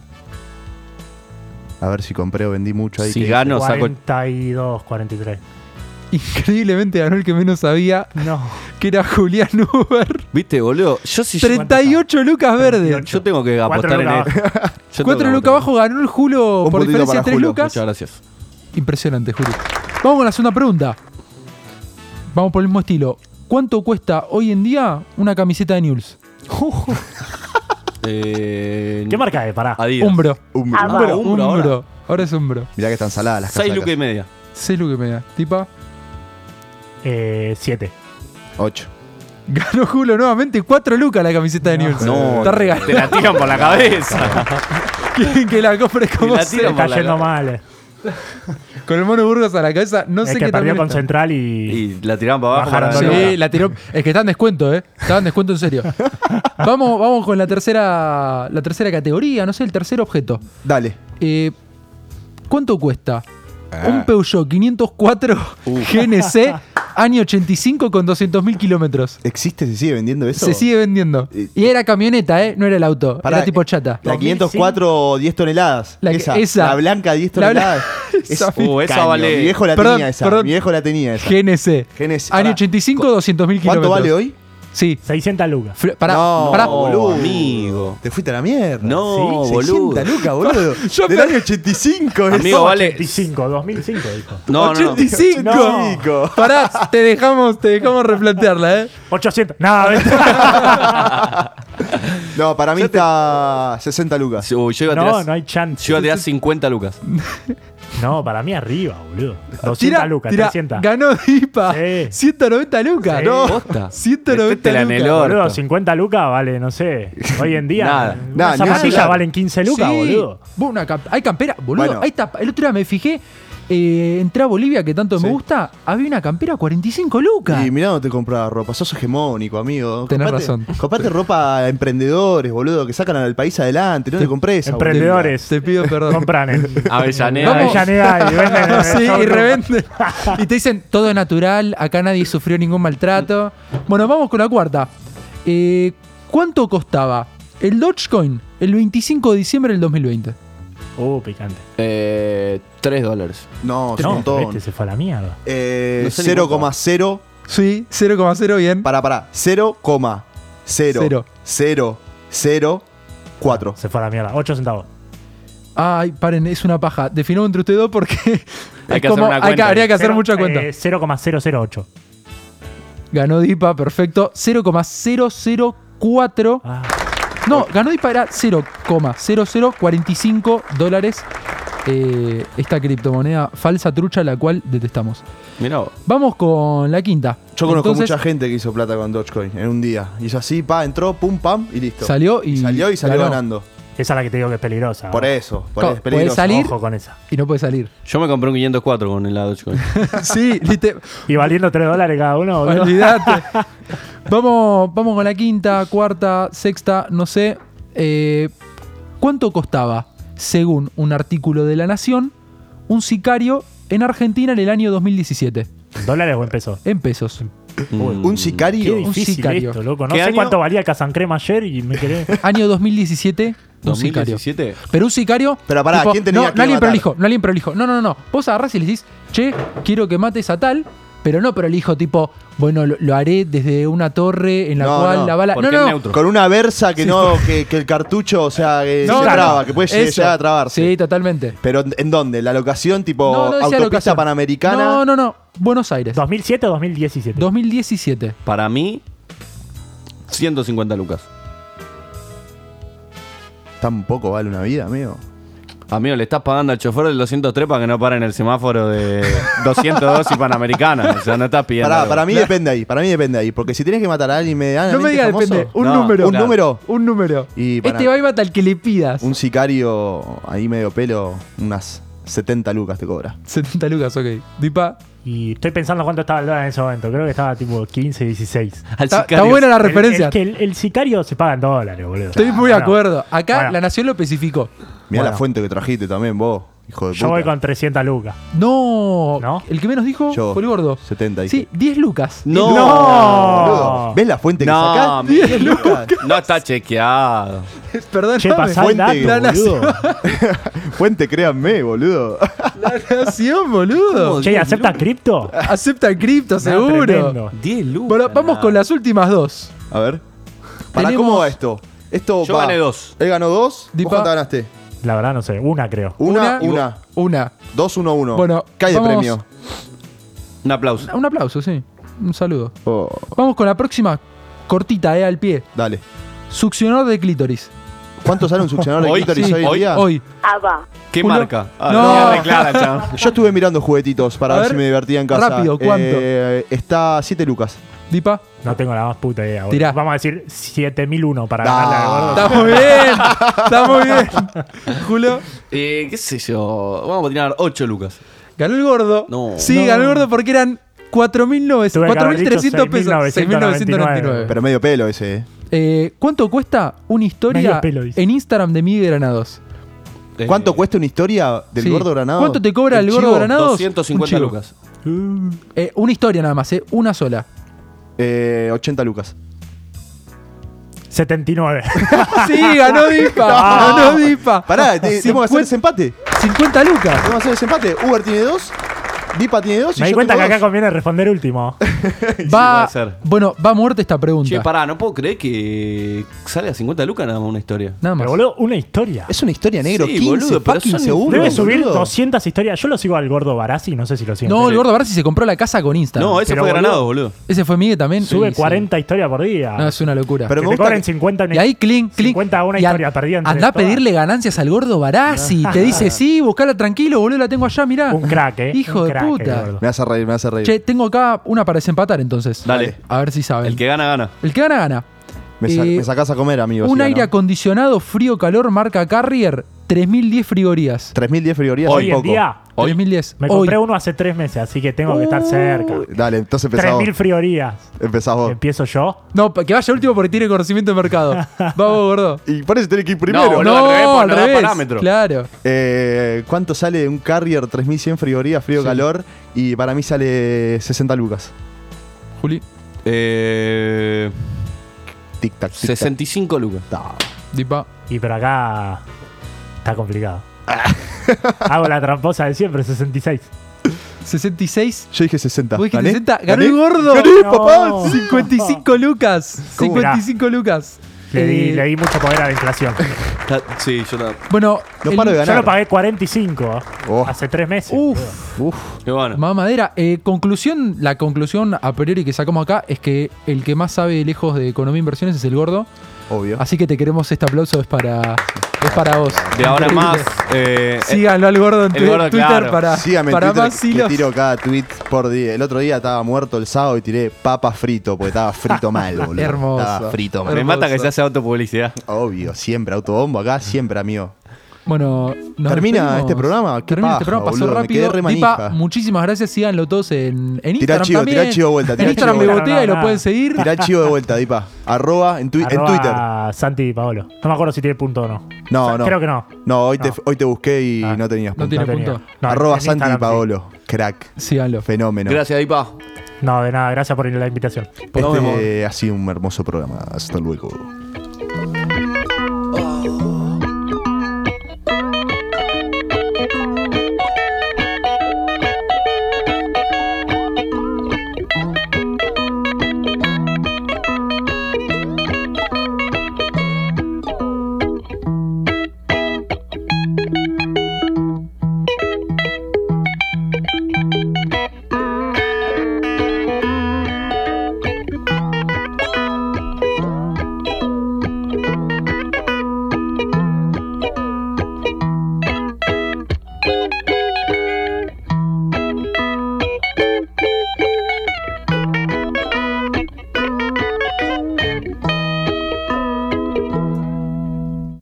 [SPEAKER 10] A ver si compré o vendí mucho ahí.
[SPEAKER 11] Si
[SPEAKER 10] que-
[SPEAKER 11] gano, saco-
[SPEAKER 12] 42, 43.
[SPEAKER 8] increíblemente ganó el que menos sabía,
[SPEAKER 12] No.
[SPEAKER 8] que era Julián Uber.
[SPEAKER 11] ¿Viste, boludo? Yo sí
[SPEAKER 8] 38 lucas verdes.
[SPEAKER 11] Yo tengo que
[SPEAKER 8] Cuatro
[SPEAKER 11] apostar en
[SPEAKER 8] lucas
[SPEAKER 11] él.
[SPEAKER 8] Cuatro lucas abajo ganó el Julo
[SPEAKER 11] Un
[SPEAKER 8] por
[SPEAKER 11] puntito
[SPEAKER 8] diferencia de
[SPEAKER 11] para
[SPEAKER 8] 3
[SPEAKER 11] Julo.
[SPEAKER 8] lucas.
[SPEAKER 11] Muchas gracias.
[SPEAKER 8] Impresionante, Juli. Vamos con la segunda pregunta. Vamos por el mismo estilo. ¿Cuánto cuesta hoy en día una camiseta de News?
[SPEAKER 11] ¿Qué
[SPEAKER 12] marca es? Pará.
[SPEAKER 8] Umbro.
[SPEAKER 11] Eh, Umbro. Ah, Umbro, Umbro ahora.
[SPEAKER 8] Umbro. Ahora es Umbro.
[SPEAKER 10] Mirá que están saladas las
[SPEAKER 11] 6
[SPEAKER 10] casacas.
[SPEAKER 11] Ah. lucas y media.
[SPEAKER 8] 6 lucas y media. Tipa,
[SPEAKER 12] 7.
[SPEAKER 10] 8.
[SPEAKER 8] ganó Julio nuevamente 4 lucas la camiseta de News.
[SPEAKER 11] No,
[SPEAKER 8] está regalada.
[SPEAKER 11] te la tiran por la cabeza.
[SPEAKER 8] Quieren que la compre como
[SPEAKER 11] la
[SPEAKER 8] sea.
[SPEAKER 11] tiran por la Está yendo
[SPEAKER 12] mal. eh.
[SPEAKER 8] Con el mono Burgos a la cabeza, no
[SPEAKER 12] es
[SPEAKER 8] sé
[SPEAKER 12] que
[SPEAKER 8] qué
[SPEAKER 12] perdió
[SPEAKER 8] también
[SPEAKER 12] con
[SPEAKER 8] está.
[SPEAKER 12] Central y.
[SPEAKER 11] Y la tiraban para abajo.
[SPEAKER 12] Bajaron
[SPEAKER 11] para
[SPEAKER 12] dos
[SPEAKER 11] arriba.
[SPEAKER 8] Sí, la tiró. Es que está en descuento, ¿eh? Está en descuento en serio. Vamos, vamos con la tercera, la tercera categoría, no sé, el tercer objeto.
[SPEAKER 10] Dale.
[SPEAKER 8] Eh, ¿Cuánto cuesta
[SPEAKER 10] Ah.
[SPEAKER 8] un Peugeot 504
[SPEAKER 10] Uh.
[SPEAKER 8] GNC año 85 con 200.000 kilómetros?
[SPEAKER 10] ¿Existe? ¿Se sigue vendiendo eso?
[SPEAKER 8] Se sigue vendiendo. Y era camioneta, ¿eh? No era el auto.
[SPEAKER 10] Pará,
[SPEAKER 8] era tipo chata.
[SPEAKER 10] La 504 10 toneladas.
[SPEAKER 8] La que-
[SPEAKER 10] esa,
[SPEAKER 8] esa.
[SPEAKER 10] La blanca 10
[SPEAKER 8] La blan-
[SPEAKER 10] toneladas.
[SPEAKER 8] Esa
[SPEAKER 10] Es-
[SPEAKER 8] misma.
[SPEAKER 10] Uh, esa
[SPEAKER 8] Caño,
[SPEAKER 10] vale. Mi viejo la
[SPEAKER 8] Perdón,
[SPEAKER 10] tenía esa.
[SPEAKER 8] perdón.
[SPEAKER 10] Mi viejo la tenía esa.
[SPEAKER 8] GNC.
[SPEAKER 10] GNC.
[SPEAKER 8] Año
[SPEAKER 10] Pará.
[SPEAKER 8] 85, 200.000 kilómetros.
[SPEAKER 10] ¿Cuánto vale hoy?
[SPEAKER 8] Sí.
[SPEAKER 12] 600 lucas.
[SPEAKER 8] Fl- Pará,
[SPEAKER 10] no,
[SPEAKER 8] pará.
[SPEAKER 10] boludo.
[SPEAKER 11] Amigo.
[SPEAKER 10] Te fuiste a la mierda.
[SPEAKER 11] No,
[SPEAKER 10] Sí,
[SPEAKER 11] boludo.
[SPEAKER 10] 600 lucas, boludo.
[SPEAKER 8] Yo
[SPEAKER 10] Del
[SPEAKER 8] me-
[SPEAKER 10] año 85. es.
[SPEAKER 11] Amigo, vale.
[SPEAKER 12] 85, 2005, dijo.
[SPEAKER 11] No, no, no.
[SPEAKER 8] 85.
[SPEAKER 10] No.
[SPEAKER 8] Pará, te dejamos, te dejamos replantearla, ¿eh?
[SPEAKER 12] 800. Nada, mentira.
[SPEAKER 10] No, para mí está 60 lucas.
[SPEAKER 11] Sí, uy, yo iba a tirar,
[SPEAKER 12] no, no hay chance.
[SPEAKER 11] yo iba a tirar 50 lucas.
[SPEAKER 12] No, para mí arriba, boludo. 200
[SPEAKER 8] Tira,
[SPEAKER 12] lucas,
[SPEAKER 8] tira.
[SPEAKER 12] 300.
[SPEAKER 8] Ganó Dipa.
[SPEAKER 12] Sí.
[SPEAKER 8] 190 lucas.
[SPEAKER 12] Sí.
[SPEAKER 8] No.
[SPEAKER 11] Posta.
[SPEAKER 8] 190
[SPEAKER 11] Metete la en
[SPEAKER 8] lucas.
[SPEAKER 11] el orto.
[SPEAKER 12] Boludo, 50 lucas vale, no sé. Hoy en día.
[SPEAKER 11] Nada.
[SPEAKER 12] unas
[SPEAKER 10] Nada, ni un
[SPEAKER 12] zapatillas
[SPEAKER 10] celular.
[SPEAKER 12] valen 15 lucas,
[SPEAKER 8] Sí.
[SPEAKER 12] boludo.
[SPEAKER 8] Vos, una cam- hay campera, boludo.
[SPEAKER 10] Bueno.
[SPEAKER 8] Hay tapa- El otro día me fijé, eh, entré a Bolivia, que tanto me
[SPEAKER 10] Sí.
[SPEAKER 8] gusta, había una campera a 45 lucas.
[SPEAKER 10] Y mirá no te compraba ropa, sos hegemónico, amigo.
[SPEAKER 8] Tenés
[SPEAKER 10] Comprate-
[SPEAKER 8] razón.
[SPEAKER 10] Comprate ropa a emprendedores, boludo, que sacan al país adelante. No le compres esa, boludo.
[SPEAKER 12] Emprendedores.
[SPEAKER 8] Te pido perdón.
[SPEAKER 12] Compran en
[SPEAKER 11] Ah. Avellaneda.
[SPEAKER 8] Vamos.
[SPEAKER 12] Avellaneda y venden. en el
[SPEAKER 8] sí, y
[SPEAKER 12] showroom.
[SPEAKER 8] revenden. Y te dicen, todo es natural, acá nadie sufrió ningún maltrato. Bueno, vamos con la cuarta. Eh, ¿Cuánto costaba el Dogecoin el 25 de diciembre del 2020?
[SPEAKER 12] Uh, picante.
[SPEAKER 11] Eh, 3 dólares.
[SPEAKER 10] No, es un
[SPEAKER 12] No,
[SPEAKER 10] montón.
[SPEAKER 12] este se fue a la mierda.
[SPEAKER 10] Eh,
[SPEAKER 11] No sé ni
[SPEAKER 10] 0,0.
[SPEAKER 8] Sí, 0,0 bien.
[SPEAKER 10] Pará, pará. 0,0.
[SPEAKER 8] Cero. Ah,
[SPEAKER 10] 0, 0, 4.
[SPEAKER 12] Se fue a la mierda. 8 centavos.
[SPEAKER 8] Ay, paren, es una paja. Definamos entre ustedes dos porque
[SPEAKER 11] Hay
[SPEAKER 8] es
[SPEAKER 11] que hacer una
[SPEAKER 8] hay que,
[SPEAKER 11] cuenta.
[SPEAKER 8] habría que hacer
[SPEAKER 12] Cero-
[SPEAKER 8] mucha cuenta.
[SPEAKER 12] eh, 0,008.
[SPEAKER 8] Ganó Dipa, perfecto. 0,004.
[SPEAKER 12] Ah,
[SPEAKER 8] No, ganó Dipa era 0,0045 dólares. eh, esta criptomoneda falsa trucha, la cual detestamos.
[SPEAKER 11] Mirá vos.
[SPEAKER 8] Vamos con la quinta.
[SPEAKER 10] Yo conozco
[SPEAKER 8] Entonces,
[SPEAKER 10] mucha gente que hizo plata con Dogecoin en un día. Hizo así, pa, entró, pum, pam y listo.
[SPEAKER 8] Salió y
[SPEAKER 10] salió, y salió
[SPEAKER 8] ganó.
[SPEAKER 10] ganando.
[SPEAKER 12] esa es la que te digo que es peligrosa.
[SPEAKER 10] Por eso, por
[SPEAKER 8] Co-
[SPEAKER 10] eso es peligroso.
[SPEAKER 8] podés salir
[SPEAKER 12] Ojo con esa.
[SPEAKER 8] y no puede salir.
[SPEAKER 11] Yo me compré un 504 con el Dogecoin.
[SPEAKER 8] sí, lite-
[SPEAKER 12] Y valiendo 3 dólares cada uno, boludo.
[SPEAKER 8] Olvídate. vamos, vamos con la quinta, cuarta, sexta, no sé. Eh, ¿Cuánto costaba, según un artículo de La Nación, un sicario en Argentina en el año 2017?
[SPEAKER 12] ¿Dólares o en pesos?
[SPEAKER 8] En pesos.
[SPEAKER 10] Oh. Un sicario.
[SPEAKER 8] Un
[SPEAKER 12] Difícil
[SPEAKER 8] sicario.
[SPEAKER 12] esto, loco. No
[SPEAKER 11] ¿Qué
[SPEAKER 12] sé
[SPEAKER 11] año?
[SPEAKER 12] cuánto valía Casancrema ayer y me quedé.
[SPEAKER 8] Año 2017, un sicario.
[SPEAKER 11] 2017.
[SPEAKER 8] Pero un sicario.
[SPEAKER 10] Pero pará, ¿quién tenía
[SPEAKER 8] no,
[SPEAKER 10] que
[SPEAKER 8] no alguien
[SPEAKER 10] matar?
[SPEAKER 8] prolijo, no alguien prolijo. No, no, no, no. Vos agarrás y le decís, che, quiero que mates a tal, pero no prolijo, tipo, bueno, lo, lo haré desde una torre en la
[SPEAKER 10] No,
[SPEAKER 8] cual
[SPEAKER 10] no,
[SPEAKER 8] la bala.
[SPEAKER 11] porque
[SPEAKER 8] No, no,
[SPEAKER 11] es
[SPEAKER 8] no.
[SPEAKER 11] neutro.
[SPEAKER 10] Con una versa que no, que, que el cartucho, o sea, que
[SPEAKER 8] No,
[SPEAKER 10] se
[SPEAKER 8] no,
[SPEAKER 10] traba,
[SPEAKER 8] no.
[SPEAKER 10] que puede llegar-
[SPEAKER 8] Eso.
[SPEAKER 10] llegar a trabarse.
[SPEAKER 8] Sí, totalmente.
[SPEAKER 10] Pero ¿en- ¿en dónde? ¿La locación tipo
[SPEAKER 8] No, no decía
[SPEAKER 10] autopista
[SPEAKER 8] locación.
[SPEAKER 10] panamericana?
[SPEAKER 8] No, no, no. Buenos Aires.
[SPEAKER 12] ¿2007 o 2017?
[SPEAKER 8] 2017.
[SPEAKER 11] Para mí, 150 lucas.
[SPEAKER 10] Tampoco vale una vida, amigo.
[SPEAKER 11] Amigo, le estás pagando al chofer del 203 para que no pare en el semáforo de 202 y Panamericana. O sea, no estás pidiendo.
[SPEAKER 10] Para,
[SPEAKER 11] algo.
[SPEAKER 10] para mí depende ahí, para mí depende ahí. Porque si tienes que matar a alguien medianamente
[SPEAKER 8] No me digas
[SPEAKER 10] famoso,
[SPEAKER 8] depende. Un
[SPEAKER 11] No,
[SPEAKER 8] número.
[SPEAKER 10] un
[SPEAKER 11] Claro.
[SPEAKER 10] número,
[SPEAKER 8] Un número.
[SPEAKER 10] Y para-
[SPEAKER 8] este va y mata al que le pidas.
[SPEAKER 10] un sicario ahí medio pelo, unas 70 lucas te cobra.
[SPEAKER 8] 70 lucas, ok. Dipa.
[SPEAKER 12] Y estoy pensando cuánto estaba el dólar en ese momento. Creo que estaba tipo 15, 16.
[SPEAKER 11] Al
[SPEAKER 8] Está, está
[SPEAKER 11] sicario.
[SPEAKER 8] buena la
[SPEAKER 12] El-
[SPEAKER 8] referencia.
[SPEAKER 12] Es que el, el sicario se paga en dólares, boludo.
[SPEAKER 8] Estoy muy de
[SPEAKER 12] Bueno,
[SPEAKER 8] acuerdo. Acá
[SPEAKER 12] bueno,
[SPEAKER 8] la nación lo especificó.
[SPEAKER 10] Mirá
[SPEAKER 12] Bueno.
[SPEAKER 10] la fuente que trajiste también vos, hijo de
[SPEAKER 12] Yo
[SPEAKER 10] puta.
[SPEAKER 12] voy con 300 lucas.
[SPEAKER 8] No.
[SPEAKER 12] ¿No?
[SPEAKER 8] El que menos dijo
[SPEAKER 10] Yo,
[SPEAKER 8] fue el gordo.
[SPEAKER 10] 70 dije.
[SPEAKER 8] Sí, 10 lucas.
[SPEAKER 11] No.
[SPEAKER 8] Oh.
[SPEAKER 10] Boludo, ¿Ves la fuente que
[SPEAKER 11] No,
[SPEAKER 10] sacás?
[SPEAKER 11] amigo.
[SPEAKER 10] 10 lucas.
[SPEAKER 11] No está chequeado.
[SPEAKER 8] Perdón,
[SPEAKER 12] Che,
[SPEAKER 8] no,
[SPEAKER 12] pasá el
[SPEAKER 10] fuente,
[SPEAKER 12] dato,
[SPEAKER 8] la
[SPEAKER 12] boludo.
[SPEAKER 10] Fuente, créanme, boludo.
[SPEAKER 8] la nación, boludo.
[SPEAKER 12] Che, ¿acepta cripto?
[SPEAKER 8] Acepta cripto,
[SPEAKER 12] No,
[SPEAKER 8] seguro.
[SPEAKER 12] tremendo.
[SPEAKER 11] 10 lucas.
[SPEAKER 8] Bueno, vamos con las últimas dos.
[SPEAKER 10] A ver. Para,
[SPEAKER 8] Tenemos-
[SPEAKER 10] ¿cómo va esto? Esto
[SPEAKER 11] Yo
[SPEAKER 10] va-
[SPEAKER 11] gané dos.
[SPEAKER 10] Él ganó dos. ¿Vos
[SPEAKER 8] Dipa.
[SPEAKER 10] cuánto ganaste?
[SPEAKER 12] La verdad no sé, una creo.
[SPEAKER 10] Una, una.
[SPEAKER 8] Una.
[SPEAKER 10] 2-1-1.
[SPEAKER 8] Bueno,
[SPEAKER 10] ¿qué hay de
[SPEAKER 8] vamos-
[SPEAKER 10] premio?
[SPEAKER 11] Un aplauso.
[SPEAKER 8] Un aplauso, sí. Un saludo. Vamos con la próxima, cortita, eh, al pie.
[SPEAKER 10] Oh, Dale.
[SPEAKER 8] Succionador de clítoris.
[SPEAKER 10] ¿Cuánto sale un succionador de clítoris hoy en día?
[SPEAKER 8] Hoy.
[SPEAKER 19] Ava.
[SPEAKER 10] ¿Qué
[SPEAKER 8] marca? Ah, No. la mierda clara, chabón.
[SPEAKER 10] Yo estuve mirando juguetitos para
[SPEAKER 8] A
[SPEAKER 10] ver,
[SPEAKER 8] ver,
[SPEAKER 10] si me divertía en casa.
[SPEAKER 8] rápido, ¿cuánto?
[SPEAKER 10] Eh, está 7 lucas.
[SPEAKER 8] Dipa.
[SPEAKER 12] No tengo la más puta idea. boludo.
[SPEAKER 10] Tirá.
[SPEAKER 12] Vamos a decir 7001 para
[SPEAKER 10] Da.
[SPEAKER 12] ganarle al gordo.
[SPEAKER 11] Está
[SPEAKER 8] muy bien. Está muy bien. Julio.
[SPEAKER 11] Eh, ¿Qué sé yo? Vamos a tirar 8 lucas.
[SPEAKER 8] Ganó el gordo.
[SPEAKER 11] No.
[SPEAKER 8] Sí,
[SPEAKER 11] No.
[SPEAKER 8] ganó el gordo porque eran 4.900
[SPEAKER 10] Tuve que haber dicho
[SPEAKER 8] 4.300 pesos.
[SPEAKER 10] 6.999.
[SPEAKER 8] 6.999.
[SPEAKER 10] Pero medio pelo ese, eh.
[SPEAKER 8] Eh, ¿Cuánto cuesta una historia
[SPEAKER 10] Medio pelo, dice.
[SPEAKER 8] en Instagram de Miguel Granados?
[SPEAKER 11] Eh,
[SPEAKER 10] ¿Cuánto cuesta una historia del
[SPEAKER 8] Eh, Sí.
[SPEAKER 10] gordo granado?
[SPEAKER 8] ¿Cuánto te cobra el, gordo
[SPEAKER 10] chivo?
[SPEAKER 8] Granados?
[SPEAKER 10] 250
[SPEAKER 8] Un chivo.
[SPEAKER 10] lucas.
[SPEAKER 8] Eh, una historia nada más, eh, una sola.
[SPEAKER 10] Eh, 80 lucas.
[SPEAKER 12] 79.
[SPEAKER 8] sí, ganó Dipa. Ganó Ah, Dipa.
[SPEAKER 10] Ah, Pará,
[SPEAKER 8] Cincuenta-
[SPEAKER 10] te- tenemos que hacer desempate.
[SPEAKER 8] 50 lucas.
[SPEAKER 10] Tenemos que hacer desempate. Uber tiene 2, Dipa tiene 2
[SPEAKER 12] Me di cuenta que acá conviene responder último.
[SPEAKER 8] Va,
[SPEAKER 11] puede ser.
[SPEAKER 8] bueno, va a muerte esta pregunta.
[SPEAKER 11] Che, pará, no puedo creer que sale a 50 lucas nada más una historia.
[SPEAKER 8] Nada más.
[SPEAKER 12] Pero boludo, una historia.
[SPEAKER 10] Es una historia
[SPEAKER 11] negro, Sí, 15 boludo, pero fucking son- segundos,
[SPEAKER 12] Debe subir
[SPEAKER 11] boludo.
[SPEAKER 12] 200 historias. Yo lo sigo al gordo Barassi, no sé si lo siguen.
[SPEAKER 8] No, el gordo Barassi se compró la casa con Instagram.
[SPEAKER 12] No, ese Pero, fue Granados, boludo. boludo.
[SPEAKER 8] Ese fue Miguel también.
[SPEAKER 12] Sube
[SPEAKER 8] Sí, sí.
[SPEAKER 12] 40 historias por día.
[SPEAKER 8] No, es una locura.
[SPEAKER 12] Pero Que me te gusta cobren que- 50 una-
[SPEAKER 8] Y ahí, clink, clink.
[SPEAKER 12] 50 una
[SPEAKER 8] Y an-
[SPEAKER 12] historia perdida entre
[SPEAKER 8] Andá a
[SPEAKER 12] todas. Ah.
[SPEAKER 8] pedirle ganancias al gordo Barassi. Te dice, sí, buscala tranquilo, boludo, la tengo allá, mirá.
[SPEAKER 12] Un crack, eh.
[SPEAKER 8] Hijo
[SPEAKER 12] Un
[SPEAKER 8] de
[SPEAKER 12] crack, el
[SPEAKER 8] puta.
[SPEAKER 12] gordo.
[SPEAKER 10] Me hace reír, me hace reír.
[SPEAKER 8] Che, tengo acá una para desempatar entonces.
[SPEAKER 11] Dale.
[SPEAKER 8] A ver si saben.
[SPEAKER 11] El que gana, gana.
[SPEAKER 8] El que gana, gana.
[SPEAKER 10] me, sa-
[SPEAKER 8] Eh,
[SPEAKER 10] me sacás a comer, amigo.
[SPEAKER 8] un
[SPEAKER 10] si
[SPEAKER 8] aire
[SPEAKER 10] gano.
[SPEAKER 8] acondicionado frío-calor marca Carrier, 3010 frigorías.
[SPEAKER 10] 3010 frigorías
[SPEAKER 12] Hoy
[SPEAKER 10] es
[SPEAKER 12] en
[SPEAKER 10] poco.
[SPEAKER 12] día.
[SPEAKER 8] 3010.
[SPEAKER 12] Me
[SPEAKER 8] Hoy.
[SPEAKER 12] compré uno hace tres meses, así que tengo que estar cerca.
[SPEAKER 10] Dale, entonces empezás vos.
[SPEAKER 12] 3.000 friorías.
[SPEAKER 10] Empezás
[SPEAKER 8] Oh.
[SPEAKER 10] vos.
[SPEAKER 12] Empiezo yo.
[SPEAKER 8] No, pa- que vaya último porque tiene conocimiento de mercado. Vamos, gordo.
[SPEAKER 10] Y por eso tenés que ir primero.
[SPEAKER 8] No, boludo, al revés, porque no da parámetro. Claro.
[SPEAKER 10] Eh, ¿Cuánto sale un Carrier 3100 frigorías, frío, calor? Y para mí sale 60 lucas.
[SPEAKER 8] Juli.
[SPEAKER 11] Eh,
[SPEAKER 10] Tic tac.
[SPEAKER 11] 65 lucas.
[SPEAKER 8] Dipa.
[SPEAKER 12] Y pero acá está complicado.
[SPEAKER 8] Ah.
[SPEAKER 12] Hago la tramposa de siempre, 66.
[SPEAKER 8] 66.
[SPEAKER 10] Yo dije 60.
[SPEAKER 8] Vos dijiste
[SPEAKER 10] ¿Gané?
[SPEAKER 8] 60. Ganó el
[SPEAKER 10] ¿Gané?
[SPEAKER 8] gordo.
[SPEAKER 10] ¡Gané, papá!
[SPEAKER 8] No.
[SPEAKER 10] Sí.
[SPEAKER 8] 55 lucas.
[SPEAKER 10] ¿Cómo?
[SPEAKER 8] 55 lucas.
[SPEAKER 12] Uh, Le di,
[SPEAKER 8] Eh,
[SPEAKER 12] le di mucho poder a la inflación.
[SPEAKER 11] Sí, yo la.
[SPEAKER 8] Bueno, el-
[SPEAKER 12] Yo lo pagué 45 ¿ah?
[SPEAKER 10] Oh.
[SPEAKER 12] hace tres meses.
[SPEAKER 8] Uf.
[SPEAKER 11] Qué bueno.
[SPEAKER 8] Mamadera, eh, conclusión, la conclusión a priori que sacamos acá es que el que más sabe lejos de economía e inversiones es el gordo.
[SPEAKER 10] Obvio.
[SPEAKER 8] Así que te queremos este aplauso, es para, es para vos.
[SPEAKER 11] De ahora en más. Eh,
[SPEAKER 8] Síganlo al gordo en
[SPEAKER 11] el
[SPEAKER 8] tu-
[SPEAKER 11] gordo,
[SPEAKER 8] Twitter
[SPEAKER 11] claro.
[SPEAKER 8] para,
[SPEAKER 10] Sígame en
[SPEAKER 8] para
[SPEAKER 10] Twitter
[SPEAKER 8] más
[SPEAKER 10] que
[SPEAKER 8] hilos.
[SPEAKER 10] tiro cada tweet por día. El otro día estaba muerto el sábado y tiré papa frito porque estaba frito mal, boludo.
[SPEAKER 8] Hermoso.
[SPEAKER 10] Estaba frito mal.
[SPEAKER 11] eh, Me mata que se hace autopublicidad.
[SPEAKER 10] Obvio, siempre autobombo acá, siempre amigo.
[SPEAKER 8] Bueno, nos
[SPEAKER 10] Termina
[SPEAKER 8] despedimos.
[SPEAKER 10] este programa, qué
[SPEAKER 8] Termina este
[SPEAKER 10] paja,
[SPEAKER 8] programa, pasó
[SPEAKER 10] boludo, me quedé
[SPEAKER 8] rápido.
[SPEAKER 10] re
[SPEAKER 8] Dipa,
[SPEAKER 10] manija.
[SPEAKER 8] muchísimas gracias. Síganlo todos en, en Instagram.
[SPEAKER 10] Tirá chivo,
[SPEAKER 8] también.
[SPEAKER 10] tirá chivo de vuelta.
[SPEAKER 8] En
[SPEAKER 10] tirá
[SPEAKER 8] Instagram
[SPEAKER 10] chivo de
[SPEAKER 8] me
[SPEAKER 10] vuelta.
[SPEAKER 8] botea y lo pueden seguir.
[SPEAKER 10] Tirá chivo de vuelta, Dipa. Arroba en, twi- en
[SPEAKER 12] Arroba
[SPEAKER 10] Twitter.
[SPEAKER 12] Santi Di Paolo. No me acuerdo si tiene punto o no.
[SPEAKER 10] No,
[SPEAKER 12] O sea,
[SPEAKER 10] no.
[SPEAKER 12] Creo que no.
[SPEAKER 10] No, hoy, Te, hoy te busqué y no tenías punto.
[SPEAKER 12] tiene No tenía. punto. No,
[SPEAKER 10] Arroba
[SPEAKER 12] en
[SPEAKER 10] Santi
[SPEAKER 12] Instagram,
[SPEAKER 10] y Paolo. Crack.
[SPEAKER 8] Síganlo.
[SPEAKER 10] Fenómeno.
[SPEAKER 11] Gracias, Dipa.
[SPEAKER 12] No, de nada. Gracias por la invitación.
[SPEAKER 10] Este ha sido un hermoso programa. Hasta luego.